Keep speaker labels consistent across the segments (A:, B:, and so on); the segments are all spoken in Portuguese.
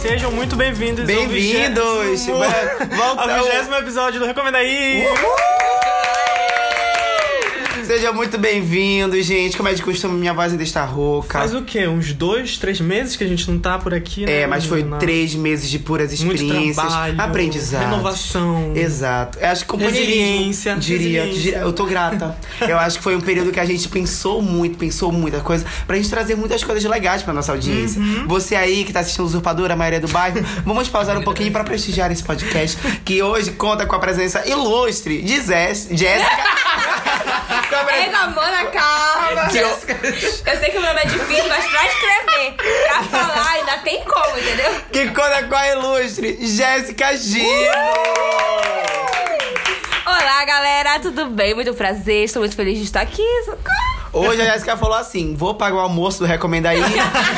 A: Sejam muito bem-vindos. ao
B: Bem-vindos!
A: 20º Ao
B: Voltamos.
A: 20 episódio do Recomenda aí!
B: Uh! Seja muito bem-vindo, gente. Como é de costume, minha voz ainda está rouca.
A: Faz um o quê? Uns dois, três meses que a gente não tá por aqui, né?
B: É, mas foi
A: menina?
B: três meses de puras
A: Muito
B: experiências,
A: trabalho,
B: aprendizado,
A: renovação.
B: Exato. Eu acho que companheirismo,
A: Resiliência,
B: diria,
A: resiliência.
B: diria- eu tô grata. eu acho que foi um período que a gente pensou muito, pensou muita coisa, pra gente trazer muitas coisas legais pra nossa audiência.
A: Uhum.
B: Você aí que tá assistindo Usurpadora, a maioria do bairro, vamos pausar um pouquinho pra prestigiar esse podcast que hoje conta com a presença ilustre de Zé- Jéssica. Com a
C: Ei,
B: presen-
C: mamona,
A: É
C: calma.
B: que eu-
C: Eu sei que o meu nome é difícil, mas pra escrever, pra falar, ainda tem como, entendeu?
B: que conta com a ilustre Jéssica Gino.
C: Olá, galera, tudo bem? Muito prazer, estou muito feliz de estar aqui. Socorro.
B: Hoje a Jéssica falou assim: vou pagar o almoço do Recomenda aí,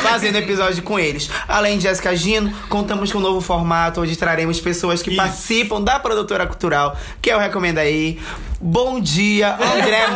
B: fazendo episódio com eles. Além de Jéssica Gino, contamos com um novo formato onde traremos pessoas que
A: Isso.
B: participam da produtora cultural, que é o Recomenda aí. Bom dia, André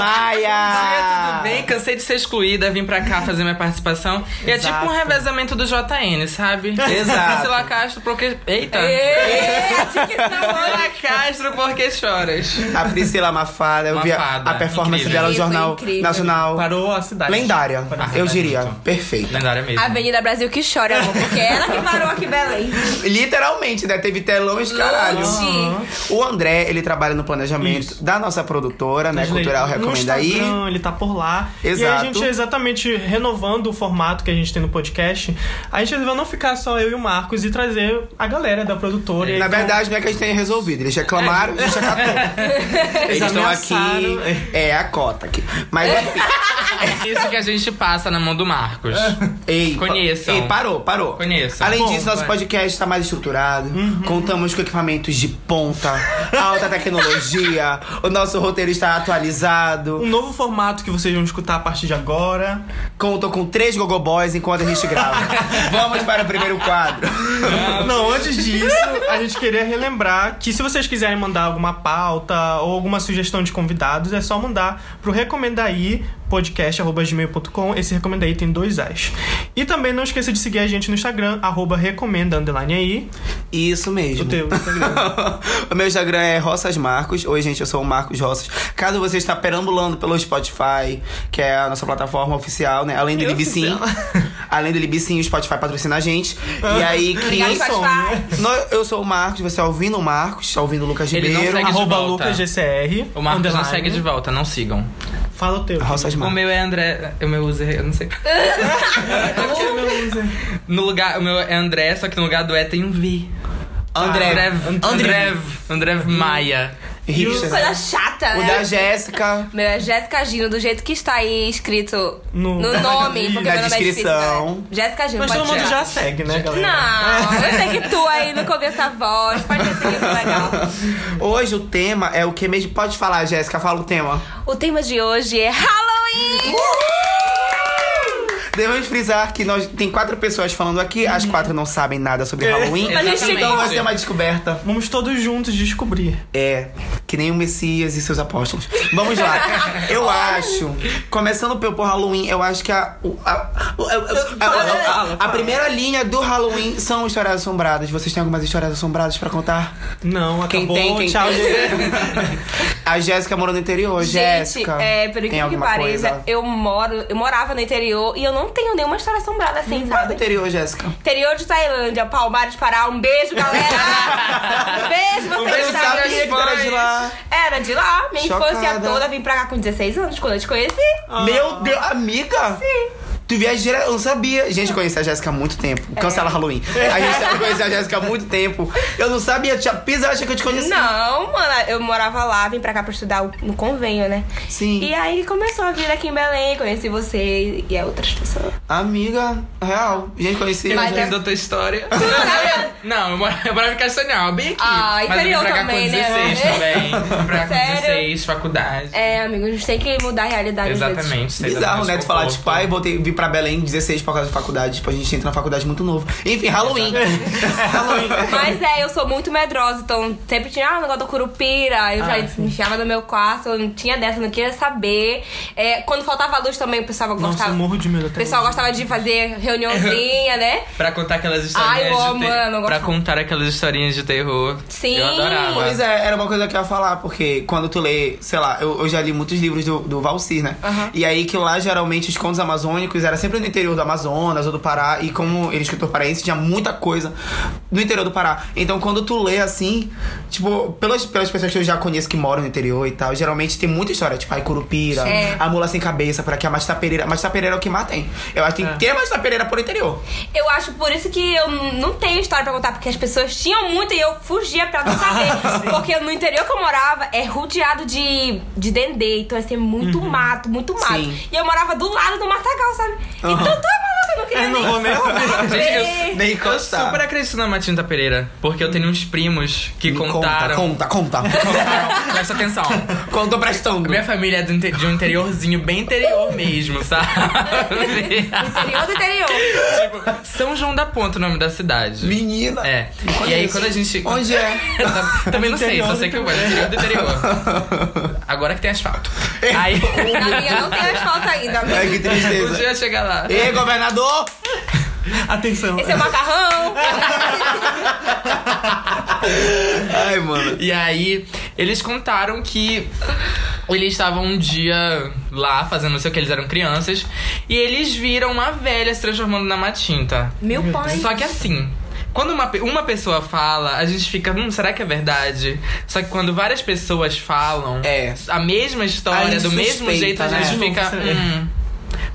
B: Maia!
D: Tudo bem? Cansei de ser excluída, vim pra cá fazer minha participação. E é tipo
B: Exato.
D: um revezamento do JN, sabe?
B: Exato.
D: Priscila Castro, porque. Eita!
C: Ei, acho que isso não é
D: Priscila Castro, porque choras?
B: A Priscila Mafada, eu vi a- a
D: Mafada,
B: performance
D: incrível.
B: dela no
C: Incrível,
B: Jornal
C: incrível.
B: Nacional.
D: Parou a cidade.
B: Lendária,
D: Parou a
B: eu
D: cidade,
B: diria.
D: muito.
E: Né?
B: Perfeita.
D: Lendária mesmo.
C: Avenida Brasil que chora, amor, porque é ela que parou aqui em Belém.
B: Literalmente, né? Teve telões, caralho.
C: Gente,
B: O André, ele trabalha no planejamento da nossa produtora, né? Cultural
A: no
B: Recomenda aí.
A: Instagram, ele tá por lá. E aí a
B: Exato.
A: gente é exatamente renovando o formato que a gente tem no podcast. A gente resolveu não ficar só eu e o Marcos e trazer a galera da produtora. E aí
B: Na
A: vão-
B: verdade, não é que a gente tenha resolvido. Eles reclamaram, a gente acatou. Eles estão
A: ameaçaram.
B: aqui. É a cota aqui. Mas enfim.
D: Isso que a gente passa na mão do Marcos.
B: Ei, pa-
D: Conheçam.
B: Ei, parou, parou.
D: Conheçam.
B: Além
D: Bom,
B: disso, nosso
D: vai.
B: podcast está mais estruturado. Contamos com equipamentos de ponta, alta tecnologia. o nosso roteiro está atualizado.
A: Um novo formato que vocês vão escutar a partir de agora.
B: Conto com três gogoboys enquanto a gente grava. Vamos para o primeiro quadro.
A: Não, antes disso, a gente queria relembrar que se vocês quiserem mandar alguma pauta ou alguma sugestão de convidados, é só mandar pro recomendaí podcast.gmail.com. Esse recomenda aí tem dois as. E também não esqueça de seguir a gente no Instagram, arroba recomenda underline aí.
B: Isso mesmo.
A: O teu Instagram.
B: o meu Instagram é Roças Marcos. Oi, gente, eu sou o Marcos Roças. Caso você está perambulando pelo Spotify, que é a nossa plataforma oficial, né? Além do Libicim. Além do Libicim, o Spotify patrocina a gente. E aí,
C: obrigado,
B: cria...
C: Spotify.
B: No- eu sou o Marcos, você está ouvindo o Marcos, está ouvindo o Lucas
D: Ele não
B: Ribeiro.
D: segue de
A: arroba
D: volta.
A: lucasgcr.
D: O Marcos não
A: underline.
D: segue de volta, não sigam.
A: Fala o teu.
B: Roças
D: O
B: Marcos.
D: meu é André. O meu user, eu não sei. No lugar, o meu é André, só que no lugar do E tem um V.
B: André.
D: Andrev. Andrev. Andrev Maia.
B: Hipster.
C: coisa chata,
B: O da
C: né?
B: Jéssica.
C: Meu é Jéssica Gino, do jeito que está aí escrito
A: No-
C: no, nome, porque
A: Na
C: meu nome é difícil.
B: descrição.
C: né? Jéssica Gino,
A: Mas
C: pode
A: todo mundo
C: tirar.
A: já segue, né, galera?
C: Não, eu sei que tu aí nunca ouviu essa voz, pode ter seguido é legal.
B: Hoje o tema é o que mesmo? Pode falar, Jéssica, fala o tema.
C: O tema de hoje é Halloween!
B: Devemos frisar que nós tem quatro pessoas falando aqui, as quatro não sabem nada sobre Halloween.
C: Mas a gente
D: Exatamente.
B: Então vai ser uma descoberta.
A: Vamos todos juntos descobrir.
B: É, que nem o Messias e seus apóstolos. Vamos lá. Eu acho, começando pelo por Halloween, eu acho que a. o- A, o- a- a- a- a- a- a primeira linha do Halloween são histórias assombradas. Vocês têm algumas histórias assombradas pra contar?
A: Não,
B: Quem
A: acabou.
B: tem, quem
A: Tchau,
B: tem.
A: gente.
B: A Jéssica morou no interior,
C: Gente,
B: Jéssica.
C: é, pelo
B: tem
C: que, que
B: alguma
C: pareça,
B: coisa?
C: eu moro, eu morava no interior e eu não tenho nenhuma história assombrada assim,
B: Fala do
C: sabe?
B: é interior, Jéssica.
C: Interior de Tailândia, Palmares Pará, um beijo, galera! Um beijo,
D: Um
C: vocês
D: beijo,
B: Eu
C: estavam-
D: sabe?
B: sabia que tu era de lá.
C: Era de lá, minha
B: Chocada.
C: infância toda, vim pra cá com 16 anos, quando eu te conheci.
B: Meu Deus, amiga! Sim. Tu viajeira, eu não sabia. Gente, eu conheci a Jéssica há muito tempo.
C: É.
B: Cancela Halloween. A gente conhece a Jéssica há muito tempo. Eu não sabia, tia Pisa acha que eu te conhecia.
C: Não, mano, eu morava lá, vim pra cá pra estudar no convênio, né?
B: Sim.
C: E aí começou a vir aqui em Belém, conheci você e outras pessoas.
B: Amiga, real. Gente, conheci.
D: Eu
C: Mas
D: entendo
C: é-
D: a tua história.
C: Tu morava-
D: Não, eu mora- eu morava em Castanhal, é bem aqui.
C: Ah,
D: Mas eu vim
C: interior
D: pra cá
C: também,
D: com
C: né?
D: 16 também. Vim pra cá com
C: Sério?
D: 16, faculdade.
C: É, amigo, a gente tem que mudar a realidade às vezes.
D: Exatamente. saí da
B: Bizarro,
D: zona de
B: né? Tu falar de
D: conforto.
B: pai, voltei, vim pra Belém 16 por causa da faculdade. Tipo, a gente entra na faculdade muito novo. Enfim, Halloween.
C: Mas é, eu sou muito medrosa, então sempre tinha ah, o negócio da curupira, eu já me enfiava no meu quarto, eu não tinha dessa, não queria saber. É, quando faltava luz também, o pessoal
A: Nossa,
C: gostava.
A: eu morro de medo
C: o
A: até.
C: pessoal
A: hoje.
C: gostava de fazer reuniãozinha, né?
D: Pra contar aquelas
C: Ai,
D: historinhas
C: eu amo,
D: de terror.
C: mano, eu
D: pra
C: gosto.
D: contar aquelas historinhas de terror.
C: Sim.
D: Eu adorava.
B: Pois é, era uma coisa que eu ia falar, porque quando tu lê, sei lá, eu, eu já li muitos livros do, do Valcir, né? E aí que lá, geralmente, os contos amazônicos era sempre no interior do Amazonas ou do Pará, e como ele é escritor paraense, tinha muita coisa no interior do Pará. Então, quando tu lê assim, tipo, pelas, pelas pessoas que eu já conheço que moram no interior e tal, geralmente tem muita história, tipo, ai, curupira,
C: É.
B: a mula sem cabeça, para que a Masta Pereira. Masta Pereira é o que mais tem. Eu acho que tem que ter a Masta Pereira por interior.
C: Eu acho por isso que eu n- não tenho história pra contar, porque as pessoas tinham muito e eu fugia pra não saber. porque no interior que eu morava é rodeado de, de dendê, então assim, é muito
A: Uhum.
C: mato, muito mato.
B: Sim.
C: E eu morava do lado do Massagal, sabe? Então tá maluca, eu não queria
A: Eu não
C: nem
A: vou nem ouvir.
D: Gente, eu
C: saber.
B: Nem
D: Eu
B: contar.
D: super acredito na Matinta Pereira, porque eu tenho uns primos que
B: Me
D: contaram.
B: Conta, conta, conta.
D: Presta atenção.
B: Conta prestando.
D: Minha família é do inte- de um interiorzinho bem interior mesmo, sabe?
C: Interior do interior.
D: tipo, São João da Ponta, o nome da cidade.
B: Menina.
D: É. E aí quando a gente.
B: Onde é?
D: Também não sei,
A: Interior
D: só
A: do
D: sei que eu vou. Interior do interior. É, Agora que tem asfalto. Aí.
C: Na minha não tem asfalto
A: É
C: ainda.
B: Ai, que
D: Um
B: tristeza.
D: dia chegar lá.
B: Ei, governador!
A: Atenção.
C: Esse é o macarrão.
B: Ai, mano.
D: E aí, eles contaram que eles estavam um dia lá fazendo não sei o que, eles eram crianças, e eles viram uma velha se transformando na Matinta.
C: Meu pai.
D: Só que assim. Quando uma, pe- uma pessoa fala, a gente fica, hum, será que é verdade? Só que quando várias pessoas falam
B: É.
D: a mesma
B: A
D: história,
B: gente
D: do mesmo
B: suspeita,
D: jeito, a
B: né?
D: gente
A: De novo,
D: fica.
A: será?
D: Hum,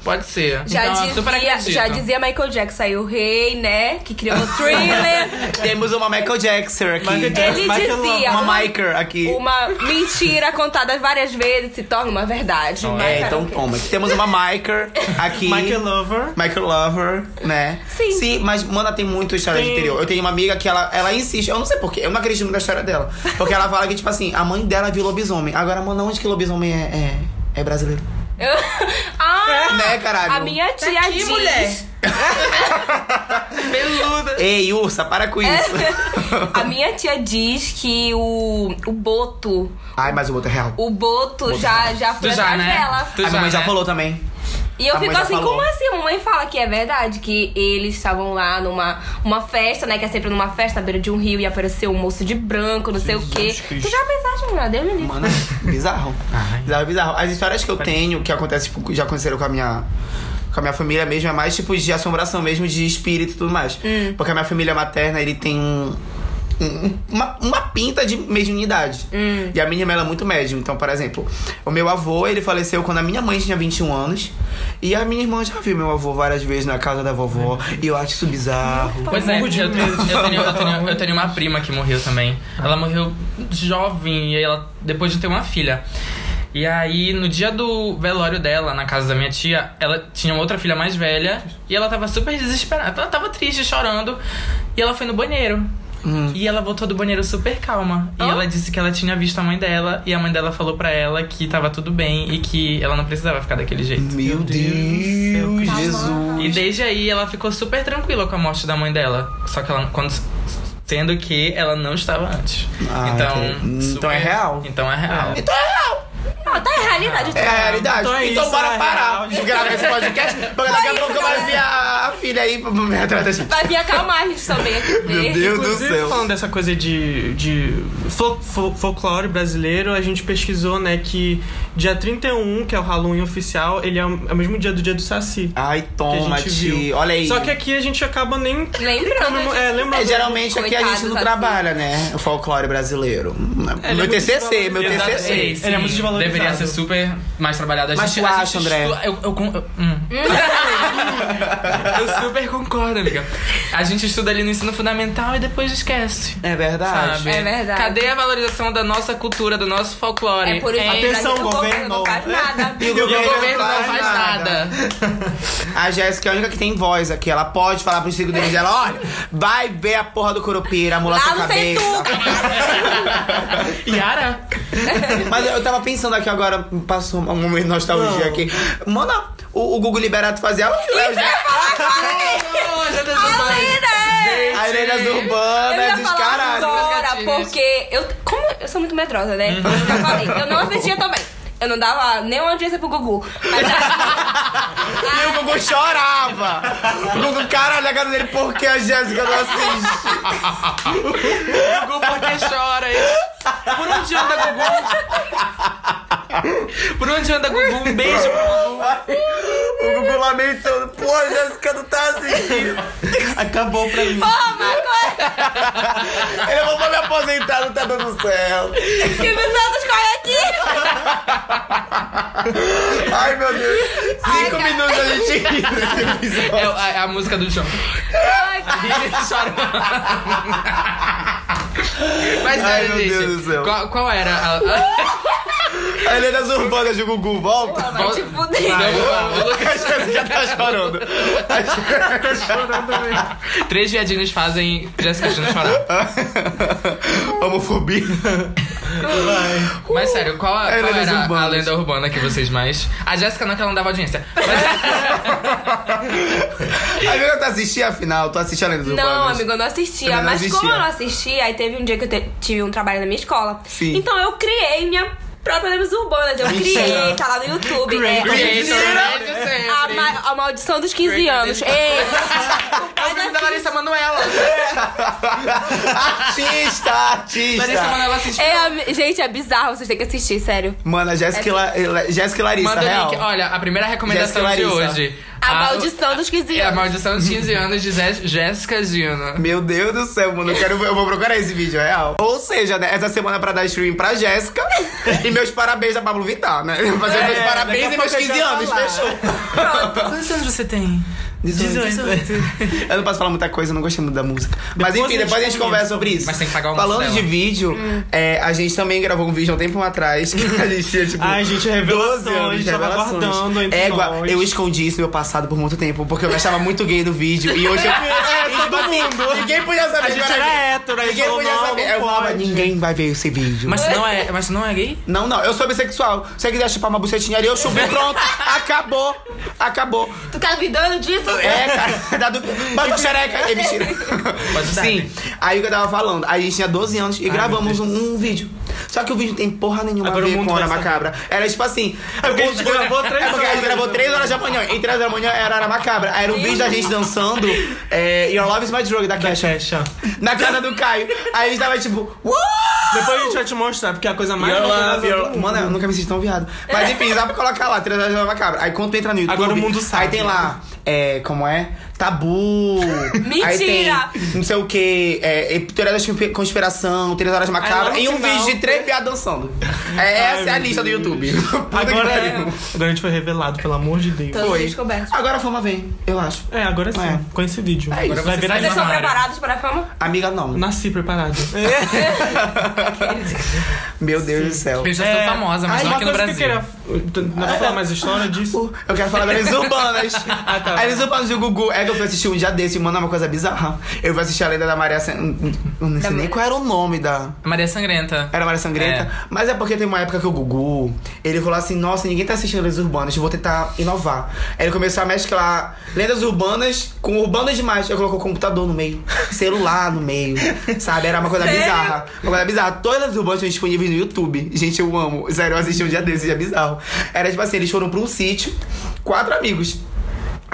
D: pode ser.
C: Já,
D: então, eu super
C: dizia,
D: acredito.
C: já dizia Michael Jackson, aí o rei, né? Que criou o thriller.
B: Temos uma Michael Jackson aqui.
A: Michael Jackson.
C: Ele
A: Michael-
C: dizia.
B: Uma Michael aqui.
C: Uma mentira contada várias vezes se torna uma verdade.
B: É,
C: Mas-
B: então toma. Temos uma Michael aqui.
A: Michael Lover.
B: Michael Lover, né?
C: Sim.
B: Sim, mas, mano, tem muita história de
A: Tem.
B: interior. Eu tenho uma amiga que ela, ela insiste, eu não sei porquê, eu não acredito muito na história dela. Porque ela fala que, tipo assim, a mãe dela viu lobisomem. Agora, mano, onde que lobisomem é, é, é brasileiro?
C: ah,
B: Né, caralho?
C: a minha
D: Tá
C: tia
D: aqui,
C: diz...
D: mulher. Peluda.
B: Ei, ursa, para com isso.
C: É. a minha tia diz que o, o Boto...
B: Ai, mas o outro é real.
C: O Boto, já, já foi
D: Tu já,
C: atrás
D: né?
C: dela.
D: Tu
B: a minha
D: já,
B: mãe já
D: né?
B: falou também.
C: E eu
B: A
C: fico
B: mãe já
C: assim,
B: falou.
C: como assim? A mãe fala que é verdade, que eles estavam lá numa uma festa, né? Que é sempre numa festa, na beira de um rio, e apareceu um moço de branco, não sei o quê. Tu já pensaste, mulher? Deus me livre.
B: Mano, bizarro. Bizarro, bizarro. As histórias que eu tenho, que acontece, tipo, já aconteceram com a minha. Com a minha família mesmo, é mais tipo de assombração mesmo, de espírito e tudo mais. Porque a minha família materna, ele tem um. um- Uma, uma pinta de mediunidade. E a minha irmã, ela é muito médium. Então, por exemplo, o meu avô, ele faleceu quando a minha mãe tinha 21 anos. E a minha irmã já viu meu avô várias vezes na casa da vovó. E eu acho isso bizarro.
D: Pois é, eu,
A: Morro de
D: eu,
A: medo.
D: tenho, eu, tenho, eu tenho uma prima que morreu também. Ela morreu jovem e ela depois de ter uma filha. E aí, no dia do velório dela, na casa da minha tia, ela tinha uma outra filha mais velha e ela tava super desesperada. Ela tava triste, chorando. E ela foi no banheiro. E ela voltou do banheiro super calma. E
C: Hã?
D: ela disse que ela tinha visto a mãe dela. E a mãe dela falou pra ela que tava tudo bem e que ela não precisava ficar daquele jeito.
B: Meu Deus, Jesus.
D: E desde aí ela ficou super tranquila com a morte da mãe dela. Só que ela quando sendo que ela não estava antes.
B: Ah,
D: então,
B: entendi.
D: super-
B: Então é real.
D: Então é real.
C: Não, tá é realidade.
B: É a realidade.
A: Então
B: Então,
A: é isso,
B: bora
A: é
B: parar
A: real.
B: de gravar esse podcast, porque daqui a
C: isso,
B: pouco vai
C: galera.
B: vir a, a filha aí pra me assim. atrás da gente.
C: Vai vir acalmar a gente também.
B: Meu Deus do
A: Inclusive,
B: céu.
A: falando dessa coisa de, de fol- fol- folclore brasileiro, a gente pesquisou, né, que dia 31, que é o Halloween oficial, ele é o, é o mesmo dia do dia do Saci.
B: Ai,
A: que a
B: toma,
A: gente viu.
B: Ti. Olha aí.
A: Só que aqui a gente acaba nem...
C: Lembrando.
A: comemo- É, lembra?
B: É, geralmente aqui a
C: né, Coitado,
B: gente não
C: Saci.
B: trabalha, né? O folclore brasileiro.
A: É, ele é
B: meu
A: muito
B: TCC, meu
A: desvalorizado.
B: TCC.
A: Ele é
D: sim,
A: muito desvalorizado.
D: Deveria ser super mais trabalhado. A
B: Mas
D: gente,
B: tu
D: a
B: acha,
D: gente
B: André?
D: estu- Eu, eu, con- eu- hum. Eu super concordo, amiga. A gente estuda ali no ensino fundamental e depois esquece.
B: É verdade.
D: Sabe?
C: É verdade.
D: Cadê a valorização da nossa cultura, do nosso folclore?
C: É por isso
D: Hein?
C: que
A: Atenção,
C: o governo
A: governo. É.
C: não faz nada.
B: E o
D: E o
B: governo
D: governo não faz nada. Obrigada.
B: A Jéssica é a única que tem voz aqui. Ela pode falar pros filhos dela: olha, vai ver a porra do Curupira, mula
C: Lá
B: sua
C: no
B: cabeça.
C: Feituca.
D: Yara.
B: Mas eu tava pensando aqui agora, me passou um momento de nostalgia
A: Não.
B: aqui. Manda o, o Google Liberato fazer. Olha o
C: é
B: Léo Jéssica.
C: Alina!
B: A Helena
C: Eu
B: Urbana,
C: ia falar
B: é descarada.
D: Gatilhos.
C: agora, porque eu, como eu sou muito medrosa, né? Eu já falei, eu não assistia também. Eu não dava nem uma audiência pro Gugu. Mas
B: E o Gugu chorava. O Gugu, caralho, a cara dele, por que a Jéssica não assiste?
D: Gugu, por que choras? é Por onde anda Gugu? Por onde anda Gugu? Um beijo pro Gugu.
B: O Gugu lamentando, pô, a Jéssica não tá assistindo. Acabou pra mim.
C: Porra, Marco, é,
B: Eu vou me aposentar, não tá dando certo.
C: Silvio Santos, corre aqui!
B: Ai, meu Deus. Cinco
C: Ai, cara.
B: minutos a gente ri nesse episódio.
D: É a, é a música do chão.
C: Ai, cara.
D: Mas
B: Ai,
D: sério,
B: meu
D: gente.
B: Deus do céu.
D: Qual, qual era a. a-
B: A Helena Urbana de Gugu, volta.
C: Vai te fuder.
D: Não, o
B: A
D: Lucas-
B: Jéssica tá chorando. A Jéssica tá chorando mesmo.
D: Três viadinhos fazem Jessica Jones chorar.
B: Homofobia.
D: Mas sério, qual, a-
B: É,
D: qual
B: lendas
D: era a
B: urbanas.
D: lenda urbana que vocês mais. A Jéssica não, é que ela não dava audiência.
B: Amiga, tu assistia afinal? Tu assistia a Lenda Urbana?
C: Não, amigo, eu não assistia.
B: Também não
C: mas
B: assistia.
C: como eu não assistia, aí teve um dia que eu te- tive um trabalho na minha escola.
B: Sim.
C: Então eu criei minha própria Lembros Urbanas. Eu
B: Mentira.
C: criei, tá lá no YouTube. É,
D: Creator,
B: Mentira!
D: né, de sempre.
C: a, ma- a maldição dos 15
D: Creator
C: anos. Ei,
D: É o filme da Larissa Manoela.
B: Artista,
D: Larissa
B: artista.
D: Manoela assistiu.
C: é, am- gente, é bizarro, vocês têm que assistir, sério.
B: Mano, a Jéssica, e La- e La- Jéssica e Larissa,
D: Manda o
B: é real.
D: link. Olha, a primeira recomendação
B: Jéssica e
D: de
B: Larissa.
D: hoje.
C: A maldição dos 15
D: Ah, É a
C: anos.
D: maldição dos 15 anos de Zé- Jéssica Gino.
B: Meu Deus do céu, mano, eu, quero, eu vou procurar esse vídeo, é real. Ou seja, né, essa semana pra dar stream pra Jéssica e meus parabéns a Pablo Vittar, né? Fazer
A: É,
B: meus parabéns
A: daqui
B: e
A: a
B: meus
A: pouco eu
B: 15
A: já vou
B: anos,
A: falar.
B: fechou.
D: Quantos anos você tem?
A: 18.
B: Eu não posso falar muita coisa, eu não gostei muito da música. Mas
A: Depois
B: enfim,
A: a gente
B: depois a gente
A: conversa.
B: conversa sobre isso.
D: Mas tem que pagar o almoço
B: Falando
D: dela.
B: de vídeo, é, a gente também gravou um vídeo há um tempo atrás que a gente tinha, tipo.
A: Ai, gente, revelações,
B: 12 anos de
A: a gente tava
B: revelações.
A: guardando entre
B: Égua,
A: nós.
B: eu escondi isso no meu passado por muito tempo, porque eu me achava muito gay no vídeo. E hoje eu. É, todo mundo. Ninguém podia saber
A: A gente
B: que eu
A: era hétero, aí
B: Ninguém
A: falou,
B: podia
A: não,
B: saber.
A: não
B: eu falava,
A: pode.
B: ninguém vai ver esse vídeo.
D: Mas não é, mas não é gay?
B: Não, não, eu sou bissexual. Se você quiser chupar uma bucetinha ali, eu chupo pronto. Acabou. Acabou.
C: Tu tá duvidando disso?
B: É, cara, dá dúvida. Bota o xereca. É mentira.
D: Pode dar, né?
B: Sim, aí o que eu tava falando, a gente tinha 12 anos e gravamos um, um vídeo. Só que o vídeo tem porra nenhuma
A: Agora
B: a
A: o
B: ver
A: mundo
B: com Hora
A: vai saber.
B: Macabra. Era tipo assim...
A: É porque a gente
B: o- o-
A: gravou três
B: É porque a gente
A: horas.
B: gravou 3 horas da manhã. E 3 horas da manhã era Hora Macabra. Aí Era um vídeo da gente dançando é, Your Love is My Drug, da Kesha.
A: Fecha.
B: Na casa do Caio. Aí a gente tava tipo... Uou!
A: Depois a gente vai te mostrar, porque é a coisa mais
B: Your
A: maravilhosa
B: love,
A: do
B: your...
A: mundo.
B: Mano, eu nunca me senti tão viado. Mas enfim, dá pra colocar lá, Três Horas da Macabra. Aí quando tu entra no YouTube...
A: Agora o mundo sabe.
B: Aí tem lá, é, como é? Tabu. Aí tem,
C: Mentira.
B: não sei o que, é, é, Teoria da conspi- Conspiração, Três Horas Macabra.
A: Aí lá no
B: E um
A: final-
B: vídeo de três viados dançando. É, essa é a
A: meu
B: lista do YouTube. Puta
A: Agora,
B: que
A: é-
B: pariu.
A: agora a gente foi revelado, pelo amor de Deus.
C: Então,
B: Foi.
C: descoberto.
B: Agora a fama vem, eu acho.
A: É, agora sim,
B: É.
A: com esse vídeo.
B: É isso.
A: Agora vai
D: Você
A: virar
D: faz
C: Vocês
A: isso.
C: são
D: Mara.
C: preparados para a fama?
B: Amiga, não.
A: Nasci preparado.
B: É. Meu Deus do céu.
D: Eu já sou famosa, É. mas
A: Ai,
D: não
A: uma
D: aqui no
A: coisa
D: Brasil.
A: que eu queria... Não vai falar mais história disso?
B: Eu quero falar das urbanas.
A: Ah, tá.
B: As urbanas do Gugu. É que eu fui assistir um dia desse e, mano, é uma coisa bizarra. Eu fui assistir a lenda da Maria. San- um, Eu não sei nem qual era o nome da.
D: Maria Sangrenta.
B: Era Maria Sangrenta.
D: É.
B: Mas é porque tem uma época que o Gugu, ele falou assim, nossa, ninguém tá assistindo lendas urbanas, eu vou tentar inovar. Aí ele começou a mesclar lendas urbanas com urbanas demais. Eu colocou computador no meio, celular no meio, sabe? Era uma coisa
C: Sério?
B: bizarra. Uma coisa bizarra. Todas as urbanas estão disponíveis no YouTube. Gente, eu amo. Sério, eu assisti um dia desse, é bizarro. Era tipo assim, eles foram pra um sítio, quatro amigos.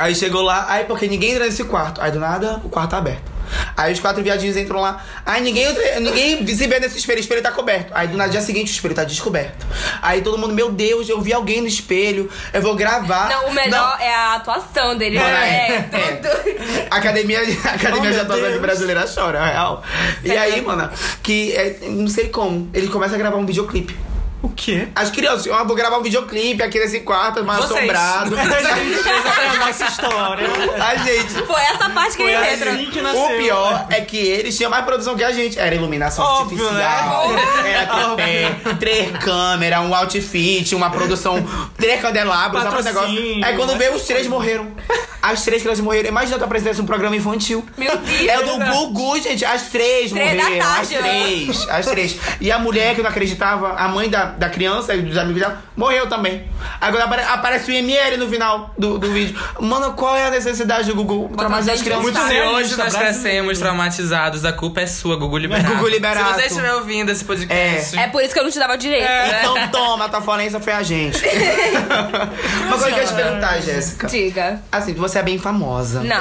B: Aí chegou lá, aí porque ninguém entra nesse quarto. Aí do nada, o quarto tá aberto. Aí os quatro viadinhos entram lá. Aí ninguém, entra- ninguém se vê nesse espelho, o espelho tá coberto. Aí do nada, dia seguinte, o espelho tá descoberto. Aí todo mundo, meu Deus, eu vi alguém no espelho, eu vou gravar.
C: Não, o melhor é a atuação dele.
B: Ah, Não,
C: né?
B: é.
C: É, tudo.
B: A Academia, a academia
A: Oh,
B: de
A: meu
B: Atuação
A: Deus.
B: Brasileira é, chora, é real. E aí, mano, que é, não sei como, ele começa a gravar um videoclipe.
A: O quê?
B: As crianças, ó, vou gravar um videoclipe aqui nesse quarto, mais
D: Vocês.
B: assombrado.
A: Essa é a nossa história.
B: A gente.
C: Foi essa parte que
A: Foi
C: ele entra.
A: assim que nasceu.
B: O pior é que eles tinham mais produção que a gente. Era iluminação
A: Óbvio,
B: artificial, era tripé, três câmeras, um outfit, uma produção, três candelabros, só pra esse negócio.
A: Patrocínio. né?
B: Aí quando veio, os três morreram. As três crianças morreram. Imagina tu apresentasse um programa infantil.
C: Meu Deus.
B: É o do Gugu, gente. As três
C: Três da
B: morreram. as
C: tarde, né?
B: três. As três. E a mulher que não acreditava, a mãe da, da criança e dos amigos dela, morreu também. Agora apare- aparece o ML no final do, do vídeo. Mano, qual é a necessidade do Gugu? Traumatizar as
C: gente
B: crianças.
C: Muito
D: Se
A: realista,
D: hoje nós
A: brasileiro.
D: crescemos traumatizados, a culpa é sua, Gugu Liberato.
B: Gugu Liberato.
D: Se você estiver ouvindo esse podcast...
C: É por isso que eu não te dava direito. né?
B: Então toma, tua falência foi a gente. Uma coisa que eu ia te perguntar, Jéssica.
C: Diga.
B: Assim, você é bem famosa.
C: Não.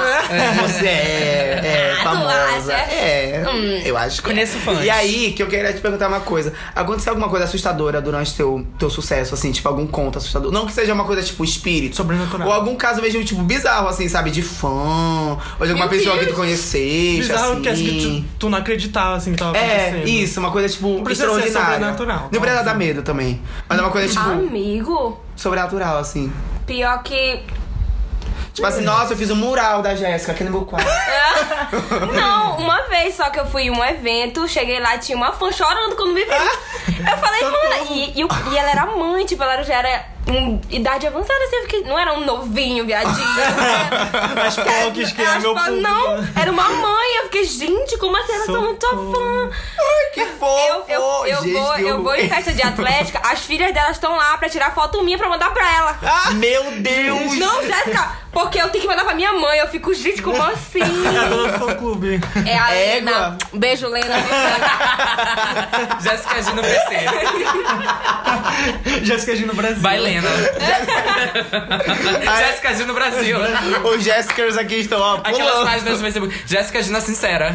B: Você é, é
C: Ah, tu
B: famosa.
C: acha?
B: É,
C: Hum.
B: eu acho que.
D: Conheço fãs.
B: E aí, que eu queria te perguntar uma coisa. Aconteceu alguma coisa assustadora durante teu, teu sucesso, assim, tipo, algum conto assustador? Não que seja uma coisa tipo espírito.
A: Sobrenatural.
B: Ou algum caso mesmo, tipo, bizarro, assim, sabe? De fã. Ou de alguma
C: Meu
B: pessoa que
C: Deus.
B: tu conhecesse.
A: Bizarro
B: assim.
A: que, assim, que tu, tu não acreditava assim que tava
B: É,
A: acontecendo.
B: isso, uma coisa, tipo,
A: precisa ser
B: extraordinária.
A: sobrenatural,
B: Não precisa
A: óbvio.
B: dar medo também. Mas é uma coisa, tipo,
C: Amigo,
B: sobrenatural, assim.
C: pior que.
B: Tipo
A: Hum.
B: assim, nossa, eu fiz um mural da Jéssica aqui no meu quarto.
C: Não, uma vez só que eu fui em um evento, cheguei lá tinha uma fã chorando quando me viu. Eu falei, mano, e, e o- e ela era mãe, tipo, ela já era um, idade avançada, assim, eu fiquei- não era um novinho, viadinho.
A: As poucas que é
C: Ela
A: meu
C: fala,
A: público.
C: não, era uma mãe. Eu fiquei, gente, como assim? Elas são muito
A: Socorro.
C: fã.
B: que fofo!
C: Eu, eu, eu,
B: Gente,
C: vou,
B: que
C: eu vou em
B: horror.
C: festa de atlética, as filhas delas estão lá pra tirar foto minha pra mandar pra ela.
B: Meu Deus!
C: Não, Jéssica, porque eu tenho que mandar pra minha mãe. Eu fico, gente, como
A: Né?
C: assim?
A: A dona do É, fã clube.
C: É a
B: Égua.
C: Lena. Beijo, Lena.
D: Jéssica G no PC.
A: Jéssica G no Brasil.
D: Vai, Lena.
B: Ai.
D: Jéssica G no Brasil.
B: Os Jéssicas aqui estão, ó,
D: Aquelas
B: pulando.
D: páginas do Facebook. Jéssica Gina Sincera.